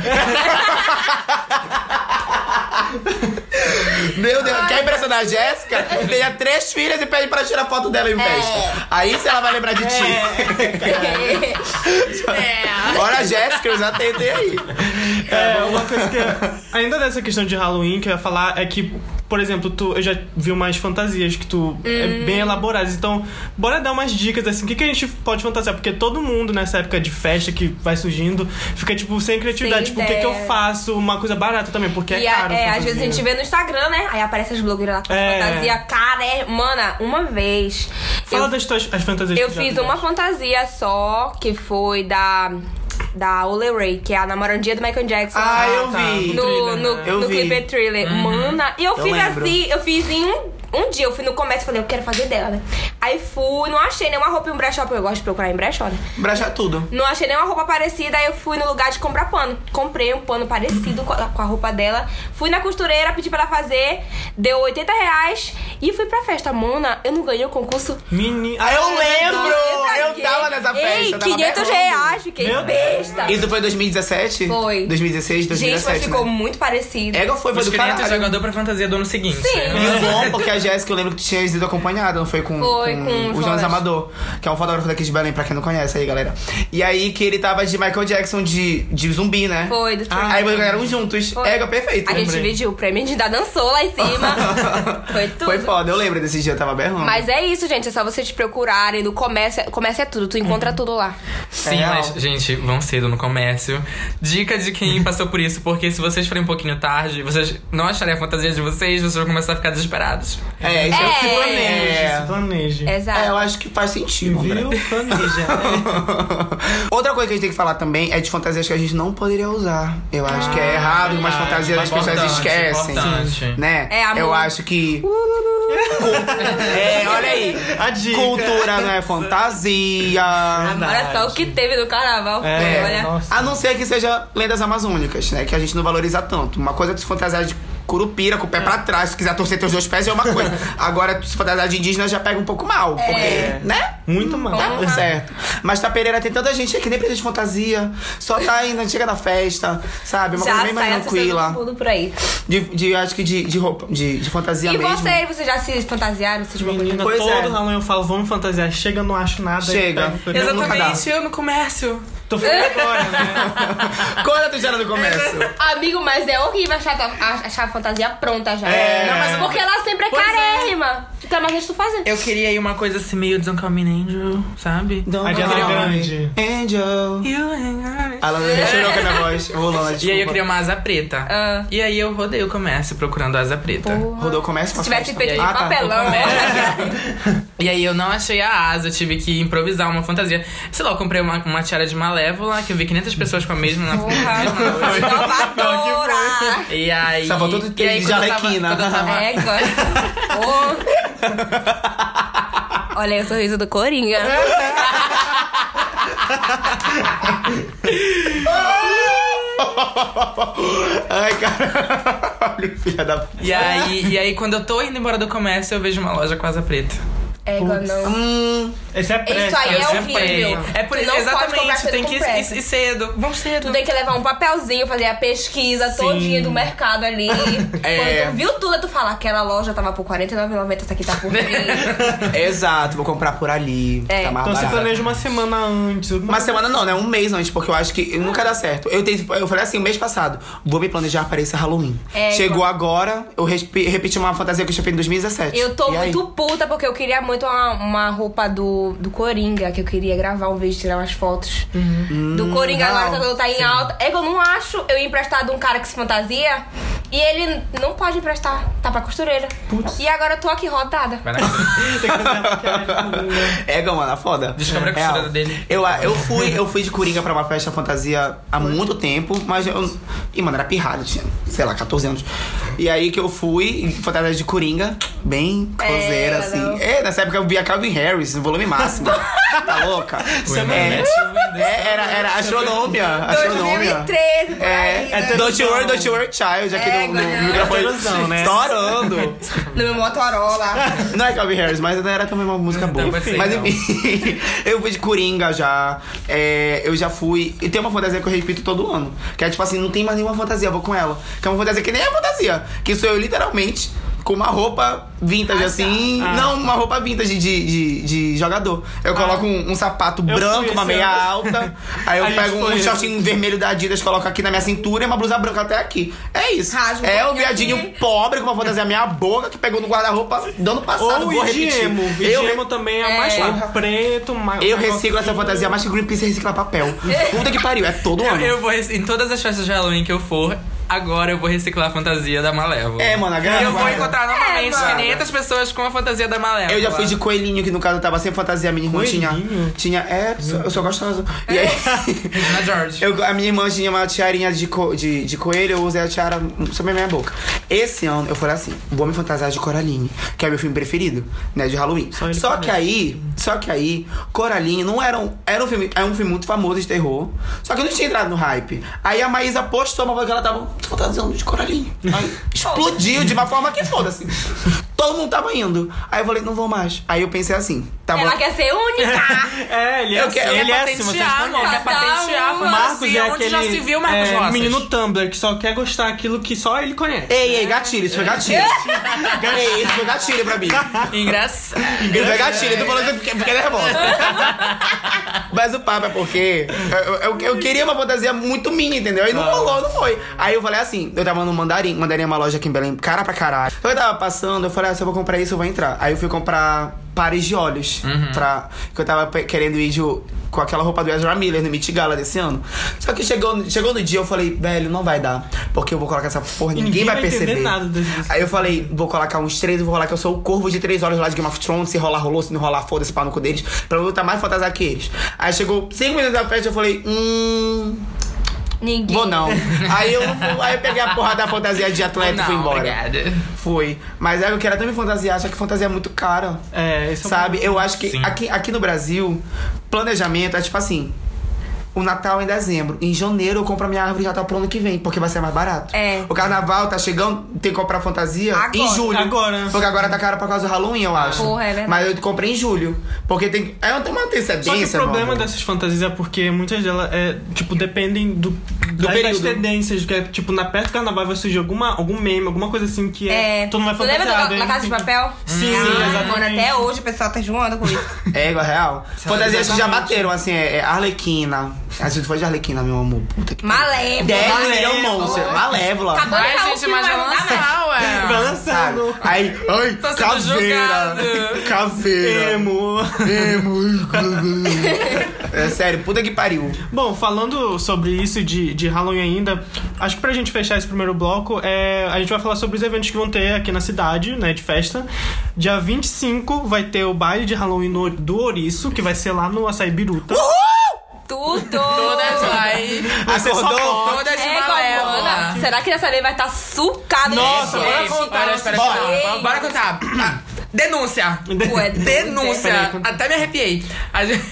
B: Meu Deus, quer impressionar a Jéssica? Tenha três filhas e pede pra tirar foto dela em festa. Aí se ela vai lembrar de ti.
C: É.
A: É.
B: Ora, Jéssicas, atendem aí.
A: É, uma coisa que. Ainda nessa questão de Halloween que eu ia falar é que. Por exemplo, tu, eu já vi umas fantasias que tu
C: Hum.
A: é bem elaboradas. Então, bora dar umas dicas assim. O que, que a gente pode fantasiar? Porque todo mundo nessa época de festa que vai surgindo fica, tipo, sem criatividade.
C: Sem
A: tipo, o que, que eu
C: ideia.
A: faço? Uma coisa barata também, porque
C: E
A: é
C: a-
A: caro.
C: é, às
A: fantasia.
C: vezes a gente vê no Instagram, né? Aí aparece as blogueiras lá com
A: É.
C: fantasia. Cara, é, mana, uma vez.
A: Fala
C: eu,
A: das tuas as fantasias
C: eu
A: que tu já
C: fiz
A: viu.
C: uma fantasia só, que foi da. Da Ole Ray, que é a namorandinha do Michael Jackson.
B: Ah, eu
A: tá.
B: vi.
C: no,
A: Thriller,
C: no,
A: né?
B: Eu
C: no
B: vi. Uhum.
C: clipe Thriller. Mana, e eu,
B: Eu
C: fiz
B: lembro.
C: assim, eu fiz em um, um dia, eu fui no comércio e falei, eu quero fazer dela, né? Aí fui, não achei nenhuma roupa em um brechó, porque eu gosto de procurar em brechó, né?
B: Braxa tudo.
C: Não achei nenhuma roupa parecida, aí eu fui no lugar de comprar pano. Comprei um pano parecido com a, com a roupa dela. Fui na costureira, pedi pra ela fazer, deu 80 reais e fui pra festa. Mana, eu não ganhei o concurso.
A: Mini...
B: Ah, eu lembro!
C: Nossa,
B: Eu
C: que-
B: tava nessa festa.
C: Ei,
B: eu tava
C: 500
B: berrando.
C: reais, fiquei
A: Meu Deus.
C: besta.
B: Isso foi em 2017?
C: Foi.
B: 2016,
C: Gente,
B: 2017.
C: mas ficou
B: né?
C: muito parecido.
B: Ego foi, foi
D: Os
B: do
D: clientes
B: caralho.
D: jogador pra fantasia do ano seguinte.
C: Sim.
B: E o bom, porque a Jéssica, eu lembro que tu tinha ido acompanhada, não foi com,
C: Foi, com o
B: o Jonas
C: Jonas.
B: Amador, que é um fotógrafo daqui de Belém, pra quem não conhece aí, galera. E aí que ele tava de Michael Jackson de, de zumbi, né?
C: Foi, do
B: Ah,
C: Thriller.
B: aí vocês ganharam juntos.
C: Foi.
B: Ego perfeito.
C: A gente
B: lembrei.
C: dividiu o prêmio, a gente ainda dançou lá em cima. Foi tudo.
B: Foi foda, eu lembro desse dia, eu tava berrando.
C: Mas é isso, gente. É só vocês te procurarem no comércio. Comércio é tudo, tu encontra
B: Uhum.
C: tudo lá.
D: Sim,
B: É
D: mas,
B: real.
D: gente, vão cedo no comércio. Dica de quem passou por isso, porque se vocês forem um pouquinho tarde, vocês não acharem a fantasia de vocês, vocês vão começar a ficar desesperados.
B: É, isso
C: É.
A: Planeja,
B: se
A: se
B: planeja.
A: planeja.
C: Exato.
B: É, eu acho que faz sentido,
A: Viu?
B: André.
A: Planeja.
B: Outra coisa que a gente tem que falar também é de fantasias que a gente não poderia usar. Eu acho que é errado, umas fantasias as pessoas
D: Importante,
B: esquecem.
D: Importante.
B: Né?
C: É, amor.
B: Eu acho que. é, olha aí.
A: A dica.
B: Cultura não é fantasia.
C: Olha só o que teve no carnaval.
A: É,
C: olha.
A: nossa.
B: A não ser que seja lendas amazônicas, né? Que a gente não valoriza tanto. Uma coisa é tu se fantasiar de curupira com o pé pra trás, se quiser torcer teus dois pés, já é uma coisa. Agora, tu se fantasiar de indígena já pega um pouco mal.
C: É.
B: Porque, né?
A: Muito mal.
B: Tá
C: Porra.
B: certo. Mas tá Pereira tem tanta gente aí que nem precisa de fantasia. Só tá ainda, chega na festa, sabe? Uma
C: Já
B: coisa bem mais
C: sai
B: tranquila.
C: tudo por aí.
B: De, de- acho que de, de roupa, de, de fantasia
C: E
B: mesmo.
C: vocês, vocês já se fantasiaram? Vocês
A: Menina,
B: Pois
A: todo
B: é.
A: Halloween eu falo, vamos fantasiar. Chega, não acho nada. tá?
B: Chega.
A: Eu pego-
B: Eu nunca dá.
D: Exatamente, eu no comércio.
A: Tô falando agora, né?
E: Qual é a tijera do comércio?
C: Amigo, mas é horrível achar, a- achar a fantasia pronta já.
E: É. Não, mas-
C: Porque ela sempre é
D: Pois é.
C: carérrima. Então, mas deixa tu fazer.
D: Eu queria aí uma coisa assim, meio Desencamin Angel, sabe?
A: Ariana
D: Não.
A: Grande.
E: Angel.
D: You ain't got it.
E: Ela me chorou com a minha voz. Eu Vou lá,
D: E aí eu
E: desculpa.
D: queria uma asa preta.
C: Ah.
D: E aí eu rodei o comércio procurando asa preta.
E: Rodou o comércio com
C: Se
E: a
C: tivesse
E: festa?
C: feito de
E: Ah, tá.
C: papelão, né?
D: E aí eu não achei a asa, eu tive que improvisar uma fantasia. Sei lá, eu comprei uma, uma tiara de malévola, que eu vi 500 pessoas com a mesma na
C: Porra, inovadora.
D: E aí.
E: Só faltou tu ter
D: e aí,
E: de
D: quando eu tava-
E: jalequina.
D: quando eu tava-
C: É, gosto. Ô. Olha aí o sorriso do Coringa.
E: Ai, caralho, filha da...
D: E aí, e aí, quando eu tô indo embora do comércio, eu vejo uma loja com asa preta.
C: É, não.
E: Hum,
A: Esse é pressa.
C: Isso aí
D: Eu
C: é
D: sempre
C: horrível.
D: tenho. É por
C: Tu
D: isso,
C: não pode comprar
D: exatamente.
C: cedo
D: tem
C: com
D: que ir,
C: pressa.
D: ir- ir cedo. Vamos cedo.
C: Tu tem que levar um papelzinho, fazer a pesquisa todinha do mercado ali.
E: É.
C: Quando tu viu tudo, tu fala, aquela loja tava por R$49,90, essa aqui tá por 20.
E: exato, vou comprar por ali.
C: É.
E: Tá mais
A: Então você
E: barato.
A: planeja uma semana antes.
E: Uma semana não, né? Um mês antes, porque eu acho que nunca dá certo. Eu, tentei, eu falei assim, mês passado, vou me planejar para esse Halloween.
C: É,
E: Chegou
C: igual.
E: agora, eu respe- repeti uma fantasia que eu tinha feito em 2017.
C: Eu tô
E: E aí?
C: muito puta porque eu queria muito uma, uma roupa do, do Coringa, que eu queria gravar um vídeo, tirar umas fotos
A: Uhum.
C: do
A: Hum,
C: Coringa
E: Não,
C: agora que ela tá em alta. É que eu não acho eu ia emprestar de um cara que se fantasia e ele não pode emprestar, tá pra costureira. E agora eu tô aqui rodada.
D: Vai na frente.
E: É, Gamana, foda.
D: Descobre a
B: É
E: Real.
D: costura dele.
E: Eu, eu, fui, eu fui de Coringa pra uma festa fantasia há muito tempo, mas eu. E, mano, era pirralho, tinha, sei lá, 14 anos. E aí que eu fui, em fantasia de Coringa, bem coseira,
C: É,
E: assim.
C: não.
E: É, nessa época eu via Calvin Harris, no volume máximo. tá louca?
D: né?
E: É, é, era, era astronômia,
A: é
E: astronômia.
C: 2013, por aí,
E: É,
C: né?
E: é, don't you worry, don't you worry, child, aqui
C: É,
E: no, no
C: Guanabara.
E: microfone.
A: Estourosão, né?
E: Estourando.
C: No meu Motorola.
E: Não é Calvin Harris, mas não era também uma música boa.
D: Não, pode ser,
E: mas
D: não.
E: enfim, eu fui de Coringa já. é, eu já fui. E tem uma fantasia que eu repito todo ano. Que é tipo assim, não tem mais nenhuma fantasia, eu vou com ela. Que é uma fantasia que nem é fantasia. Que sou eu literalmente com uma roupa vintage assim.
A: Ah.
E: Não, uma roupa vintage de, de, de jogador. Eu coloco um, um sapato
A: Eu fui
E: branco, uma
A: esse
E: meia
A: ano.
E: alta. Aí eu
A: A gente
E: pego
A: foi
E: um
A: esse.
E: shortinho vermelho da Adidas, coloco aqui na minha cintura e uma blusa branca até aqui. É isso.
A: Ah,
C: Rasga um
E: é o
C: pouquinho
E: viadinho
C: aqui.
E: pobre com uma fantasia minha boca que pegou no guarda-roupa do ano passado
A: Ou
E: vou
A: o
E: repetir.
A: Idiemo. O Idiemo é
E: Eu,
A: também é o
C: É.
A: mais preto, mais.
E: eu reciclo essa fantasia mais que Greenpeace recicla papel. Puta que pariu, é todo
D: Eu,
E: ano.
D: eu vou rec- em todas as festas de Halloween que eu for, agora eu vou reciclar a fantasia da Malévola.
E: É, mano, a
D: E
E: galera
D: eu vou
E: guarda.
D: encontrar novamente
C: É, mano.
D: 500 pessoas com a fantasia da Malévola.
E: Eu já fui de coelhinho, que no caso tava sem fantasia, minha irmã
A: Coelhinho?
E: tinha. Tinha. É, sou- eu sou gostosa. E aí.
D: Na George.
E: Eu, a minha irmã tinha uma tiarinha de, co- de, de coelho, eu usei a tiara sobre a minha boca. Esse ano eu falei assim: vou me fantasiar de Coraline, que é meu filme preferido, né? De Halloween.
A: Só
E: Só,
A: ele
E: que aí, só que aí, Coraline não era um. Era um filme, é um filme muito famoso de terror. Só que eu não tinha entrado no hype. Aí a Maísa postou uma coisa que ela tava "Tô fantasiando de Coraline. Aí explodiu de uma forma que foda-se. Todo mundo tava indo. Aí eu falei, não vou mais. Aí eu pensei assim, tá bom.
C: Ela quer ser única.
A: É, ele é
E: Eu
A: assim.
E: quero-
A: ele é assim, vocês
D: patentear,
A: estão
D: amor. Quer
C: Cada
D: patentear.
C: um
D: fantasia.
A: Marcos é
D: Onde
A: aquele
D: já se viu Marcos
A: é,
D: Rosas?
A: menino Tumblr que só quer gostar aquilo que só ele conhece.
E: Ei, ei, gatilho, isso foi gatilho. ei, isso foi gatilho pra mim.
D: Engraçado.
E: Ele foi gatilho, tu falou assim porque, porque é nervosa. Mas o papo é porque eu, eu- eu queria uma fantasia muito minha, entendeu? E não rolou, não foi. Aí eu falei assim, eu tava no Mandarim, Mandarim é uma loja aqui em Belém, cara pra caralho. Então eu tava passando, eu falei, ah, se eu vou comprar isso, eu vou entrar. Aí eu fui comprar pares de olhos, pra, que eu tava pe- querendo ir de, com aquela roupa do Ezra Miller no Meet Gala desse ano. Só que chegou, chegou no dia, eu falei, velho, não vai dar, porque eu vou colocar essa porra, ninguém,
A: Ninguém
E: vai,
A: vai entender
E: perceber.
A: nada desse-
E: Aí eu falei, vou colocar uns três, vou falar que eu sou o corvo de três horas lá de Game of Thrones. Se rolar, rolou. Se não rolar, foda-se pau no cu deles. Pra eu estar mais fantasia que eles. Aí chegou cinco minutos da festa, eu falei, hum.
C: Ninguém.
E: Vou não. aí, eu, não fui. aí eu peguei a porra da fantasia de atleta e
D: Não,
E: fui embora.
D: obrigada.
E: Fui. Mas é, eu queria também fantasiar, só que fantasia é muito cara.
A: É, esse é o
E: Sabe? Eu acho que
D: Sim.
E: aqui, aqui no Brasil, planejamento é tipo assim. O Natal é em dezembro. Em janeiro eu compro a minha árvore de Natal pro ano que vem, porque vai ser mais barato.
C: É.
E: O carnaval tá chegando, tem que comprar fantasia
C: Agora.
E: em julho.
A: Agora.
E: Porque agora tá caro por causa do Halloween, eu acho.
C: Porra, é verdade.
E: Mas eu comprei em julho. Porque tem. É uma antecedência.
A: Só que o problema
E: mano.
A: dessas fantasias é porque muitas delas, é, tipo, dependem do, das, das
E: período.
A: tendências. Que é, tipo, na perto do carnaval vai surgir alguma, algum meme, alguma coisa assim que é...
C: É,
A: Tu não vai
C: tu lembra da,
A: fantasiado.
C: da
A: hein?
C: Casa de Papel?
A: Sim,
C: ah,
A: exatamente.
C: Mano, até hoje o pessoal tá zoando com isso.
E: É, igual real. Fantasias que já bateram, assim, é, é Arlequina,
B: A gente foi de Arlequina, meu amor. Puta que.
C: Malévola.
B: 10 Little Monster. Malévola.
C: Acabou de
D: Ai,
C: falar o
D: gente,
C: filme,
D: mas
C: vai é.
D: vai
C: mudar mais.
D: lançar, ué.
B: Sabe?
A: Lançando.
B: Aí, ai,
D: Tá sendo
B: caveira.
D: julgado.
B: Caveira.
A: Emo.
B: Emo. é sério, puta que pariu.
A: Bom, falando sobre isso de, de Halloween ainda, acho que pra gente fechar esse primeiro bloco, é, a gente vai falar sobre os eventos que vão ter aqui na cidade, né, de festa. Dia 25 vai ter o baile de Halloween no- do Ouriço, que vai ser lá no Açaí Biruta.
C: Tudo.
D: Todas vai.
A: Acordou?
D: Todas
C: É,
D: malévola.
C: Gomona. Será que essa lei vai estar sucada?
A: Nossa,
C: Gente,
A: bora contar
D: Olha,
A: essa
D: espera,
C: história.
D: espera. Bora contar. Ah, Denúncia.
C: Ué,
D: Denúncia. Até me arrepiei. A gente...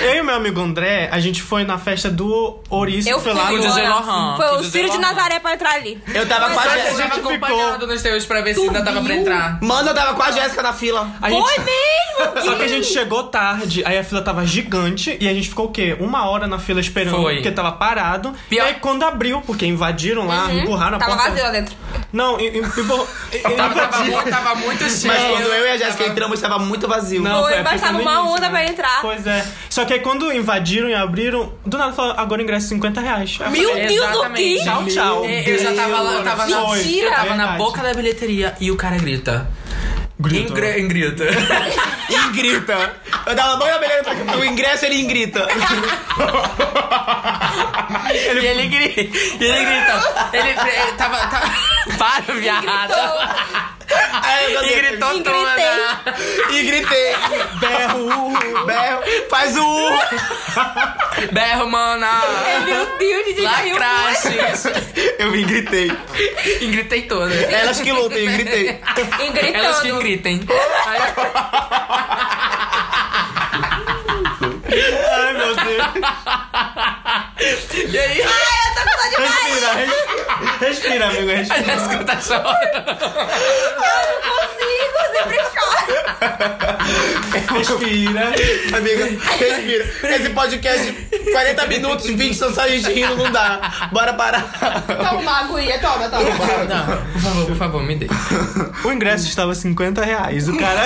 A: Eu e meu amigo André, a gente foi na festa do Ouriço,
C: Eu
A: foi
C: fui
A: lá
D: com
A: no...
D: o José
C: agora.
D: Lohan,
C: Foi
D: com o
C: o
D: José
C: Ciro de
D: Lohan.
C: Nazaré pra entrar ali.
B: Eu tava com a
D: Só que
A: a
D: eu
A: gente
B: Jéssica.
D: tava
A: ficou-
D: acompanhando nos teus pra ver se
C: Tu
D: ainda tava pra
C: viu?
D: entrar.
B: Mano, eu tava com a Jéssica na fila.
A: A gente-
C: Foi mesmo!
A: Só que a gente chegou tarde, aí a fila tava gigante e a gente ficou o quê? Uma hora na fila esperando,
D: Foi.
A: porque tava parado.
D: Pior-
A: E aí quando abriu, porque invadiram lá, empurraram a
C: Uhum. Tava
A: porta.
C: vazio lá dentro.
A: Não, e- e- empurrou. e- e-
D: Tava, tava, mu- tava muito cheio.
A: É.
B: Mas quando eu e a Jéssica entramos, tava muito vazio.
A: Não,
C: Foi,
A: foi, foi
C: mas tava
A: no
C: uma
A: início,
C: onda
A: né?
C: pra entrar.
A: Pois é. Só que aí quando invadiram e abriram, do nada falou, agora o ingresso é 50 reais. Aí eu
C: Meu
A: falei,
C: Deus, o quê?
D: Exatamente.
A: Tchau, tchau.
D: Eu É,
C: É,
D: eu já tava lá, eu tava na,
A: Foi,
C: Mentira.
D: eu tava na
A: verdade.
D: boca da bilheteria e o cara grita.
A: Grita.
D: Ingre- grita.
B: E grita. Eu dava banho na beleza pra O ingresso, ele grita.
D: E ele grita. E ele grita. Ele, ele tava, tava. Para, viado.
B: Aí eu
D: E
B: fazia-
D: gritou
C: E
D: toda.
B: E gritei.
A: berro, urro.
B: Berro. Faz o urro.
D: Berro, mana.
C: Meu Deus, um de
D: Lacraste.
B: Eu me gritei.
D: E gritei toda.
B: Elas que lutam, eu gritei.
C: E gritando.
D: Elas que gritem. Aí-
A: Ai, meu Deus.
D: E aí,
A: Respira, res- respira, amigo,
D: a
A: respira.
D: Jéssica tá chorando.
C: Consigo, sempre choro.
A: Respira.
B: Amiga, respira. Esse podcast, 40 minutos, 20 são só a gente rindo, não dá. Bora parar.
C: Toma uma aguinha, toma, toma.
D: Não, por favor, por favor, me deixa.
A: O ingresso estava 50 reais. O cara.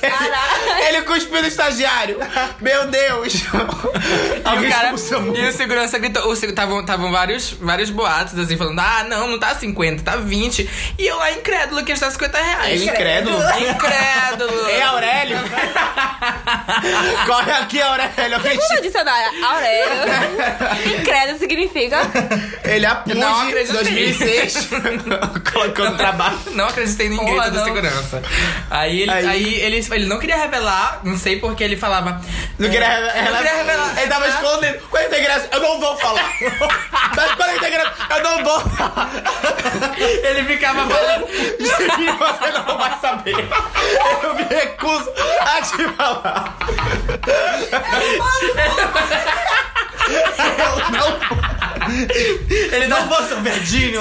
C: Caralho.
B: Ele cuspiu no estagiário. Meu Deus.
D: E o, cara,
B: expulsa muito.
D: e o segurança gritou. Estavam vários, vários boatos assim, falando: ah, não, não tá 50, tá 20. E eu lá incrédulo que está 50 reais.
B: Ele É incrédulo.
D: Incrédulo.
B: Ei, Aurélio. Corre aqui, Aurélio.
C: Segundo o dicionário, Aurélio. Incrédulo significa.
B: Ele apude
D: Não acreditei.
B: 2006. Colocando trabalho.
D: Não acreditei em ninguém,
C: Porra,
D: toda
C: não.
D: segurança. Aí, ele,
B: Aí-
D: aí. ele, ele não queria revelar, não sei porque ele falava. "É,
B: Não queria revelar.
D: não queria revelar.
B: Ele tava
D: Ah.
B: escondendo. Quando tem graça, eu não vou falar. Mas quando tem graça, eu não vou falar.
D: Ele ficava falando.
B: E você não vai saber. Eu me recuso a te falar. Eu não
D: Ele não
A: Ô, seu verdinho.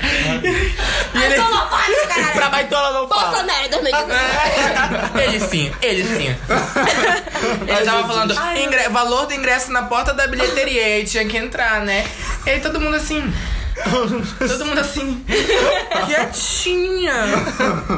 B: E ele...
C: Toma uma palha, caralho.
B: Pra baitola não fala.
C: Bolsonaro 2018.
D: "É." Ele sim, ele sim. Ele tava falando "Ingre- valor do ingresso na porta da bilheteria e aí tinha que entrar, né? E aí todo mundo assim. Todo mundo assim. Quietinha.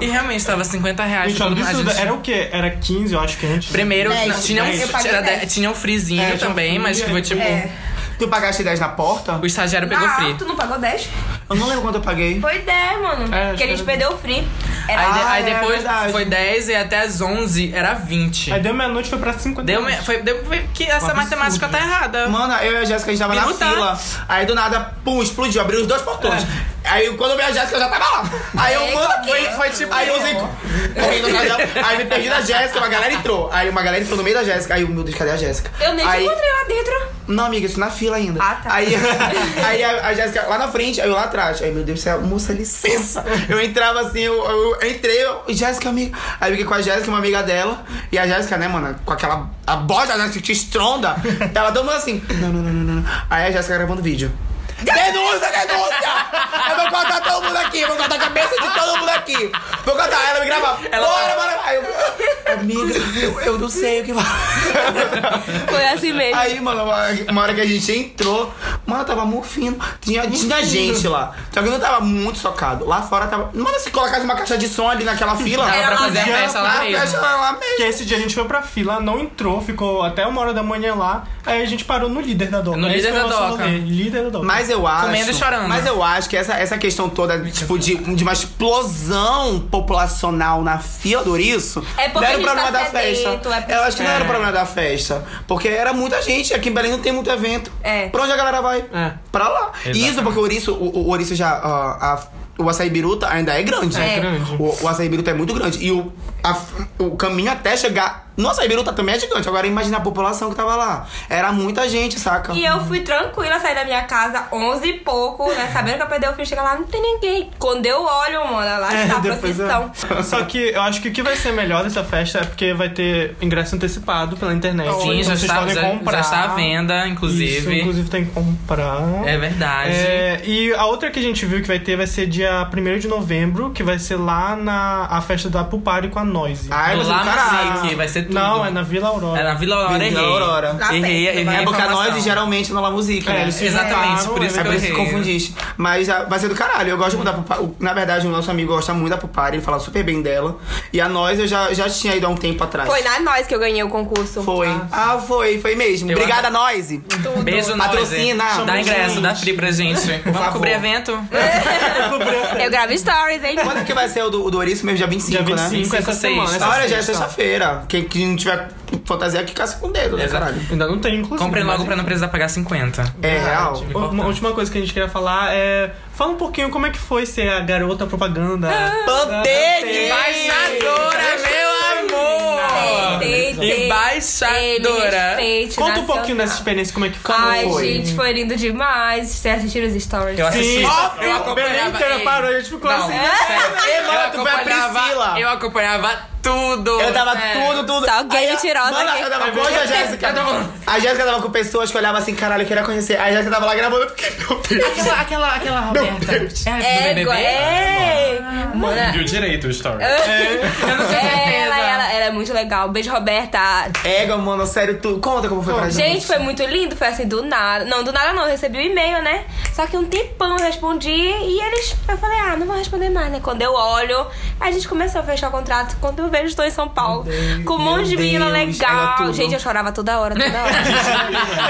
D: E realmente tava 50 reais.
A: Gente, é um
D: todo mundo- a
A: absurdo.
D: gente-
A: Era o quê? Era 15, eu acho que antes.
D: Primeiro,
C: Dez,
D: não, tinha, um,
C: dez. Eu paguei
D: era de-
C: dez.
D: tinha um frizinho
A: É, tinha um
D: também, mas que
A: free,
D: foi tipo.
B: Tu pagaste 10 na porta?
D: O estagiário pegou free.
C: É. Ah, tu não pagou 10?
B: Eu não lembro quanto eu paguei.
C: Foi 10, mano.
A: É, acho
C: Porque a
A: que
C: gente
A: era-
C: perdeu o free. Era
D: Aí, de-
B: Ah,
D: aí
B: é
D: depois
B: verdade.
D: foi 10 e até as 11 era 20.
A: Aí deu meia-noite foi pra 50
D: Deu, me-
A: reais.
D: foi, deu foi que essa
A: Um
D: matemática
A: absurdo.
D: tá errada.
B: Mano, eu e a Jéssica, a gente tava na
D: Minutar.
B: fila. Aí do nada, pum, explodiu, abriu os dois portões. Aí quando eu vi a Jéssica, eu já tava lá. Aí eu,
C: É,
B: mano,
C: que
B: foi,
C: que-
B: foi tipo. Aí eu usei. corri no casal, Aí me perdi da Jéssica, uma galera entrou. Aí uma galera entrou no meio da Jéssica. Aí o meu Deus, cadê a Jéssica?
C: Eu nem te
B: aí,
C: encontrei lá dentro.
B: Não, amiga, isso na fila ainda.
C: Ah, tá.
B: Aí, aí a, a Jéssica lá na frente, aí eu lá atrás. Aí, meu Deus do céu, moça, licença. Eu entrava assim, eu, eu entrei, eu, Jéssica, amiga. Aí eu fiquei com a Jéssica, uma amiga dela. E a Jéssica, né, mano, com aquela. A voz da Jéssica te estronda. Ela todo mundo assim. Não, não, não, não, não, não. Aí a Jéssica gravando vídeo. Denúncia, denúncia! Eu vou cortar todo mundo aqui, vou cortar a cabeça de todo mundo aqui. Vou cortar, ela me grava.
D: Ela-
B: bora, bora. Aí eu, amiga, eu, eu não sei o que vai.
C: Foi assim mesmo.
B: Aí, mano, uma, uma hora que a gente entrou, Mano, tava morfino. Tinha, tinha gente lá. Só que eu não tava muito socado. Lá fora tava. Mano, se colocasse uma caixa de som ali naquela fila.
D: Dava pra
C: Era
D: fazer a
C: lá
D: festa lá
B: a
D: mesmo.
B: festa era lá mesmo.
A: Porque esse dia a gente foi pra fila, não entrou, ficou até uma hora da manhã lá. Aí a gente parou no líder da doca.
D: No
A: Esse
D: líder
A: foi o
D: da
A: nosso
D: doca.
A: rolê, Líder da doca.
B: Mas eu acho.
D: Comendo e chorando.
B: Mas eu acho que essa, essa questão toda, tipo, de, de uma explosão populacional na fila do Ouriço.
C: É
B: não
C: porque
B: era
C: a
B: o
C: gente
B: problema
C: tá
B: da
C: sedento, é
B: festa.
C: porque-
B: eu acho que não era o
C: É.
B: problema da festa. Porque era muita gente. Aqui em Belém não tem muito evento.
C: É.
B: Pra onde a galera vai?
D: É.
B: Pra lá. E
D: Exatamente.
B: Isso porque o Ouriço, o, o Ouriço já. ó, a- o açaí biruta ainda é grande.
C: É É.
A: grande.
B: O, o açaí biruta é muito grande. E o, a- o caminho até chegar. No açaí biruta também é gigante. Agora imagina a população que tava lá. Era muita gente, saca?
C: E eu fui tranquila sair da minha casa 11 e pouco, né? Sabendo que eu perdi o fio, chegar lá, não tem ninguém. Quando eu olho, mano, lá
B: É,
D: tá,
C: está a
B: depois eu-
C: procissão.
A: Só que eu acho que o que vai ser melhor dessa festa é porque vai ter ingresso antecipado pela internet.
D: Sim,
A: então
D: já
A: vocês
D: está,
A: podem
D: já,
A: comprar.
D: já está à venda,
A: Isso,
D: inclusive.
A: inclusive tem que comprar.
D: É verdade.
A: É, e a outra que a gente viu que vai ter vai ser dia 1 de novembro, que vai ser lá na a festa da Pupari com a Noise.
B: Ai, você
D: Lá
B: do caralho.
D: Music, vai ser tudo.
A: Não, é na Vila Aurora.
D: É na Vila Aurora,
B: Vila
D: errei.
B: Aurora.
C: Lá
D: Errei,
C: perto,
D: errei a
C: vai.
B: É porque a
D: informação.
B: nós geralmente não lá música,
A: É,
B: né?
A: eles se
D: Exatamente,
A: juntaram,
D: por isso
A: é
B: É
D: que
B: por
D: eu
B: isso
D: errei.
B: que confundiste. Mas ah, vai ser do caralho. Eu gosto muito da Pupari. O- Na verdade, o nosso amigo gosta muito da Pupari. Ele fala super bem dela. E a nós eu já, já tinha ido há um tempo atrás.
C: Foi na nós que eu ganhei o concurso.
B: Foi. Ah, foi. Foi mesmo.
D: Eu
B: Obrigada, nós.
C: Tudo.
D: Beijo, Noise.
B: Patrocina.
D: Dá
A: Chama
D: ingresso,
A: gente.
D: dá free pra gente. Vamos
B: favor.
D: cobrir evento?
C: Eu gravo stories, hein?
B: Quando é que vai ser o do, o do Ouriço mesmo? Dia 25,
A: dia 25
B: né?
A: essa
D: Cinco,
A: semana.
D: seis. tá.
A: essa
B: Olha, já é
A: sexta.
B: sexta-feira. Quem, quem não tiver fantasia que caça com o dedo, né,
D: Exato.
B: caralho?
A: Ainda não tem, inclusive.
D: Comprem
A: mas
D: logo pra não precisar pagar 50.
B: É real.
A: Uma
D: Importante.
A: última coisa que a gente queria falar é. Fala um pouquinho como é que foi ser a garota propaganda.
D: Ah,
B: Pantene!
D: meu amor!
C: Tem, tem, tem.
D: Embaixadora.
C: Tem, respeite,
A: Conta um
C: nacional.
A: pouquinho
D: tá.
A: dessa experiência, como é que foi.
C: Ai,
A: Como foi?
C: gente, foi lindo demais. Vocês assistiram os stories?
D: Eu assisti.
A: Sim,
D: eu,
A: óbvio,
D: acompanhava
A: Belém inteira
D: ele.
A: parou, a gente ficou
D: Não,
A: assim,
D: sério,
B: mano, tu
D: eu
B: foi a
D: acompanhava,
B: Priscila.
D: eu acompanhava tudo.
B: Eu tava
C: É.
B: tudo, tudo.
C: Só gay
B: Aí,
C: mentirosa
B: Mano,
C: aqui.
B: eu tava com hoje a Jéssica.
D: Tá Eu tava-
B: A Jéssica tava com pessoas que olhava assim, caralho, eu queria conhecer. Aí a Jéssica tava lá gravando. eu fiquei, Meu Deus.
D: Aquela, aquela, aquela Roberta. É, a do
C: Égua,
D: BBB?
C: é. Mano, É.
F: Viu direito o story.
D: Eu não tenho certeza.
C: ela, ela, ela é muito legal. Beijo, Roberta.
B: Égua, mano, sério, tu. Conta como foi pra gente.
C: Gente, foi muito lindo, foi assim, do nada. Não, do nada não, eu recebi o e-mail, né? Só que um tempão eu respondi e eles. Eu falei, ah, não vou responder mais, né? Quando eu olho, a gente começou a fechar o contrato. Quando eu vejo, estou em São Paulo. com um monte de
B: meu
C: menina
B: Deus, era
C: legal.
B: tudo.
C: Gente, eu chorava toda hora, toda hora.
A: A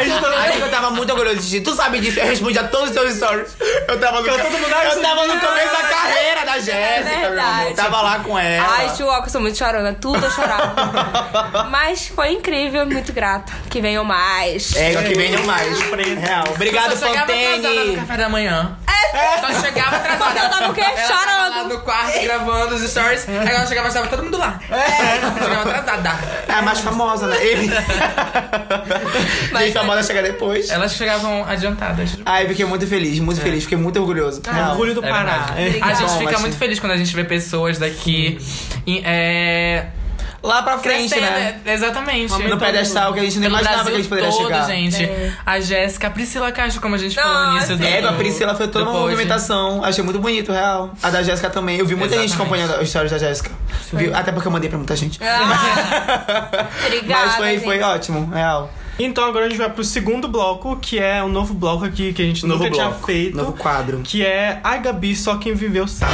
A: gente tava-
B: Aí eu tava muito orgulhoso de ti. Tu sabe disso, eu respondi a todos os teus stories. Eu tava no,
A: Eu todo mundo, ai,
B: eu
A: você-
B: tava no começo da carreira da Jéssica, meu amor.
C: verdade.
B: Tava lá com ela.
C: Ai, tio, eu sou muito chorona, tudo eu chorava. Mas foi incrível, muito grata. Que venham mais.
E: É.
B: Égua, que venham mais. Real.
D: Eu
B: Obrigado,
D: só chegava atrasada no
B: Pantene.
D: café da manhã. É, só chegava atrasada.
C: Porque eu tava o quê?
D: Ela tava
C: Chorando.
D: lá no quarto, gravando os stories. Aí ela chegava e estava todo mundo lá. É. Chegava atrasada.
B: É a mais famosa, né? Ele. Gente, famosa chega depois.
D: Elas chegavam adiantadas.
B: Ai, fiquei muito feliz, muito feliz, fiquei muito orgulhoso. Real.
A: Orgulho do
D: É
A: Pará.
D: verdade.
A: É.
D: A gente
B: Bom,
D: fica
B: mas-
D: muito feliz quando a gente vê pessoas daqui e, é,
B: Lá pra frente,
D: crescendo.
B: né?
D: Exatamente.
B: No pedestal que a gente nem
D: Pelo
B: imaginava
D: Brasil
B: que a gente poderia
D: todo,
B: chegar.
D: gente. A Jéssica, a Priscila Castro, como a gente falou no início do...
B: É, a Priscila foi toda
D: do
B: uma
D: pod.
B: movimentação. Achei muito bonito, real. A da Jéssica também. Eu vi muita gente
D: Exatamente.
B: acompanhando as histórias da Jéssica. Viu? Até porque eu mandei pra muita gente.
C: Ah, obrigada.
B: Mas foi,
C: gente.
B: foi ótimo, real.
A: Então agora a gente vai pro segundo bloco, que é um novo bloco aqui que a gente
B: Novo
A: nunca tinha
B: bloco,
A: feito.
B: novo quadro.
A: Que é Ai Gabi, só quem viveu sabe.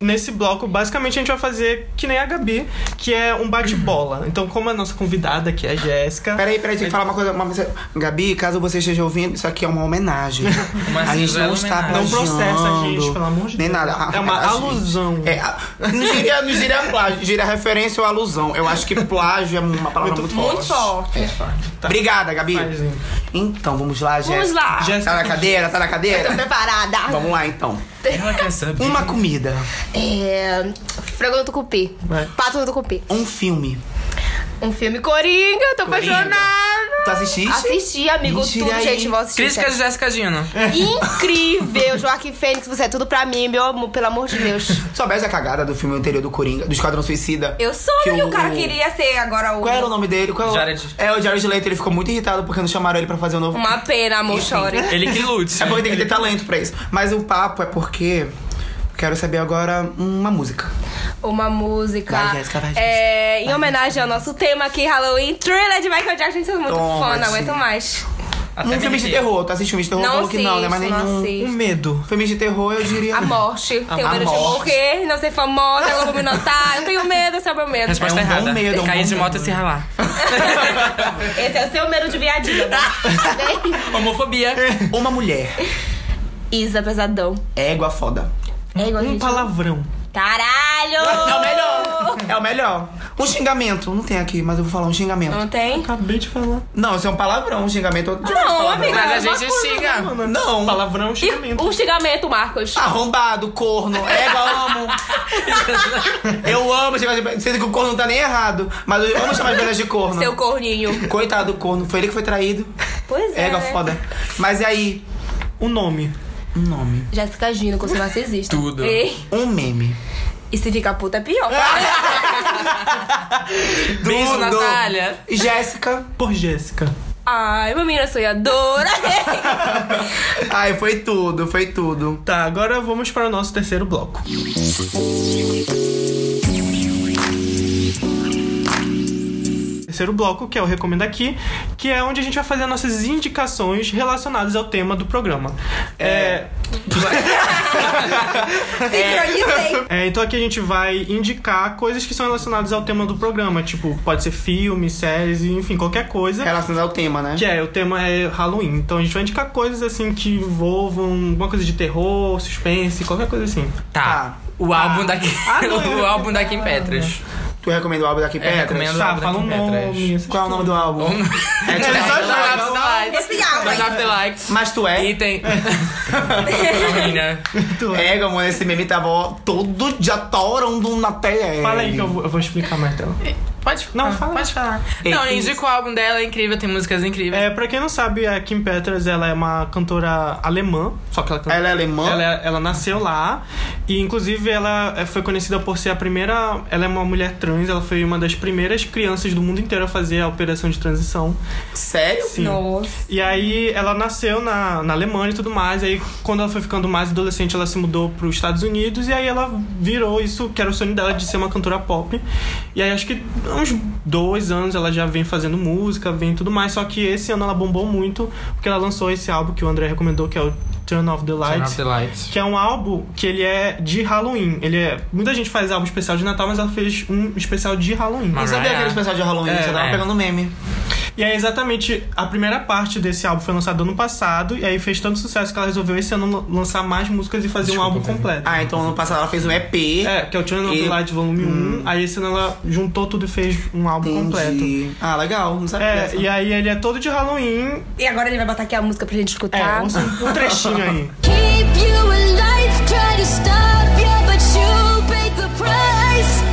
A: Nesse bloco, basicamente, a gente vai fazer que nem a Gabi, que é um bate-bola. Então, como a nossa convidada aqui é a Jéssica.
B: Peraí, peraí, tem que falar uma coisa. Uma... mensagem. Gabi, caso você esteja ouvindo, isso aqui é uma homenagem.
D: Uma
B: a gente
D: singela
B: não está
D: homenagem.
A: é Não processa a
B: plagiando,
A: gente, pelo amor de
B: Nem
A: Deus.
B: nada.
A: É uma
B: A- a- a-
A: alusão.
B: É, a- não diria, não diria plágio, diria referência ou alusão. Eu acho que plágio é uma palavra muito,
C: Muito forte.
B: Obrigada, Gabi.
A: Tá. Faz, hein?
B: Então, vamos lá, Jéssica.
C: Vamos lá.
A: Jéssica.
B: Tá na cadeira? Tá na cadeira?
C: Preparada.
B: vamos lá, então.
D: Ela quer saber.
B: Uma comida,
C: É. Frango no tucupi.
A: Vai.
C: Pato no tucupi.
B: um filme.
C: Um filme Coringa, eu tô
B: Coringa.
C: apaixonada.
B: Tu assististe?
C: Ah, Assisti, amigo,
B: Mentira
C: tudo,
B: aí.
C: gente, vou assistir.
D: Crítica de
C: sério.
D: Jéssica Dino.
C: Incrível, Joaquim Fênix, você é tudo pra mim, meu amor, pelo amor de Deus.
B: Soubesse a cagada do filme anterior do Coringa, do Esquadrão Suicida?
C: Eu soube que, o cara
B: o-
C: queria ser agora o...
B: Qual era o nome dele? Qual é o-
D: Jared.
B: É, o Jared Leto. Ele ficou muito irritado porque não chamaram ele pra fazer o novo...
C: Uma pena, amor, chore.
D: Ele que lute.
B: É porque tem que ter talento pra isso. Mas o papo é porque... Quero saber agora uma música.
C: Uma música.
B: Vai, Jéssica, vai,
C: é, em homenagem ao nosso tema aqui, Halloween Thriller de Michael Jackson. Sou muito
B: Toma,
C: fã, não
B: sim.
C: aguento mais.
D: Até
B: Um
D: me
B: filme de
D: arrepio.
B: terror. Tu assiste filme de terror?
C: Não
B: Falou que não, né? Mas
C: assisto, não
B: nenhum.
A: Um
C: assisto.
A: medo.
B: Filme de terror, eu diria.
C: A morte. Tenho
B: a
C: medo de
B: morte.
C: morrer, não ser famosa, eu vou me notar. Eu tenho medo, esse é o meu medo.
D: Resposta
B: É um bom
D: errada.
B: medo, é um
D: Cair
B: bom
D: de
B: medo.
D: moto e se ralar.
C: Esse é o seu medo de viadinha. tá bem?
D: Homofobia.
B: Uma mulher.
C: Isa Pesadão.
B: Égua foda.
C: É igual a
A: Um
C: gente-
A: palavrão.
C: Caralho!
B: É o melhor. É o melhor. Um xingamento. Não tem aqui, mas eu vou falar um xingamento.
C: Não tem?
A: Acabei de falar.
B: Não, isso é um palavrão. Um xingamento. De onde
C: Não,
B: palavrão?
C: amiga.
D: Mas a
C: uma
D: gente
C: coisa-
D: xinga.
A: Mano,
B: Não.
A: Palavrão é um
C: E
A: xingamento.
C: um xingamento, Marcos.
B: Ah, Arrombado, corno, égua, amo. eu amo chamar de... Sendo que o corno não tá nem errado. Mas eu amo chamar de velhas de corno.
C: Seu corninho.
B: Coitado do corno. Foi ele que foi traído.
C: Pois é.
B: Égua
C: né?
B: foda. Mas e aí?
A: O nome.
B: Um nome.
C: Jéssica Gino, com seu narcisista.
D: Tudo.
C: E,
B: Um meme.
C: e se ficar puta é pior.
D: Beijo,
B: Tudo.
D: Natália.
B: Jéssica.
A: Por Jéssica.
C: Ai, uma menina sonhadora.
B: É. Ai, foi tudo, foi tudo.
A: Tá, agora vamos para o nosso terceiro bloco. Terceiro bloco, que é o Recomenda Aqui, que é onde a gente vai fazer nossas indicações relacionadas ao tema do programa. É,
C: Sincronizei.
A: é, então aqui a gente vai indicar coisas que são relacionadas ao tema do programa, tipo, pode ser filme, séries, enfim, qualquer coisa.
B: Relacionado ao tema, né?
A: Que é, o tema é Halloween. Então a gente vai indicar coisas assim que envolvam alguma coisa de terror, suspense, qualquer coisa assim.
D: Tá.
B: Tá.
D: O álbum da Kim,
A: Ah, não.
D: o álbum da Kim Petras. É,
B: Tu recomenda o álbum daqui É, Petras?
D: recomendo.
A: Tá,
D: Logo
A: fala um
D: daqui pra
A: nome.
D: trás.
A: essas
B: Qual é o nome do álbum? É,
D: Turn
B: tipo,
A: só joga.
D: Off the Lights.
C: Esse álbum
D: Turn
C: aí.
D: Off the Lights.
B: Mas tu é?
D: E tem. Menina.
A: coisas.
B: É, mano, esse meme tava todo dia torando na tela.
A: Fala aí que eu vou, eu vou explicar mais então.
D: Pode
A: Não,
D: ah,
A: fala.
D: Pode falar.
B: Ei,
D: Não, eu
B: tem
D: indico o álbum dela, é incrível, tem músicas incríveis.
A: É, pra quem não sabe, a Kim Petras, ela é uma cantora alemã, só que ela canta...
B: Ela é alemã?
A: Ela, é- ela nasceu lá e, inclusive, ela é, foi conhecida por ser a primeira... Ela é uma mulher trans, ela foi uma das primeiras crianças do mundo inteiro a fazer a operação de transição.
B: Sério?
A: Sim.
C: Nossa.
A: E aí ela nasceu na, na Alemanha e tudo mais. Aí quando ela foi ficando mais adolescente, ela se mudou para os Estados Unidos e aí ela virou isso, que era o sonho dela de ser uma cantora pop. E aí acho que há uns dois anos ela já vem fazendo música, vem tudo mais. Só que esse ano ela bombou muito, porque ela lançou esse álbum que o André recomendou, que é o Turn Off the
D: Turn
A: Lights.
D: Off the Lights.
A: Que é um álbum que ele é de Halloween. Ele é. Muita gente faz álbum especial de Natal, mas ela fez um especial de Halloween.
D: Mas
B: Não sabia
D: Mariah.
B: aquele especial de Halloween,
A: É,
B: você tava
D: é.
B: pegando meme.
A: E aí, exatamente, a primeira parte desse álbum foi lançada ano passado, e aí fez tanto sucesso que ela resolveu esse ano lançar mais músicas e fazer um álbum completo.
B: Ah, então ano passado ela fez um EP.
A: É, que é o Turn of the
B: E-
A: Light Volume 1. Aí esse ano ela juntou tudo e fez um álbum completo.
B: Hum. Entendi. Ah, legal, não sabia.
A: É,
B: dessa.
A: e aí ele é todo de Halloween.
C: E agora ele vai botar aqui a música pra gente escutar.
A: É, ouça um, um trechinho aí.
F: Keep you alive, try to stop you, but you paid the price.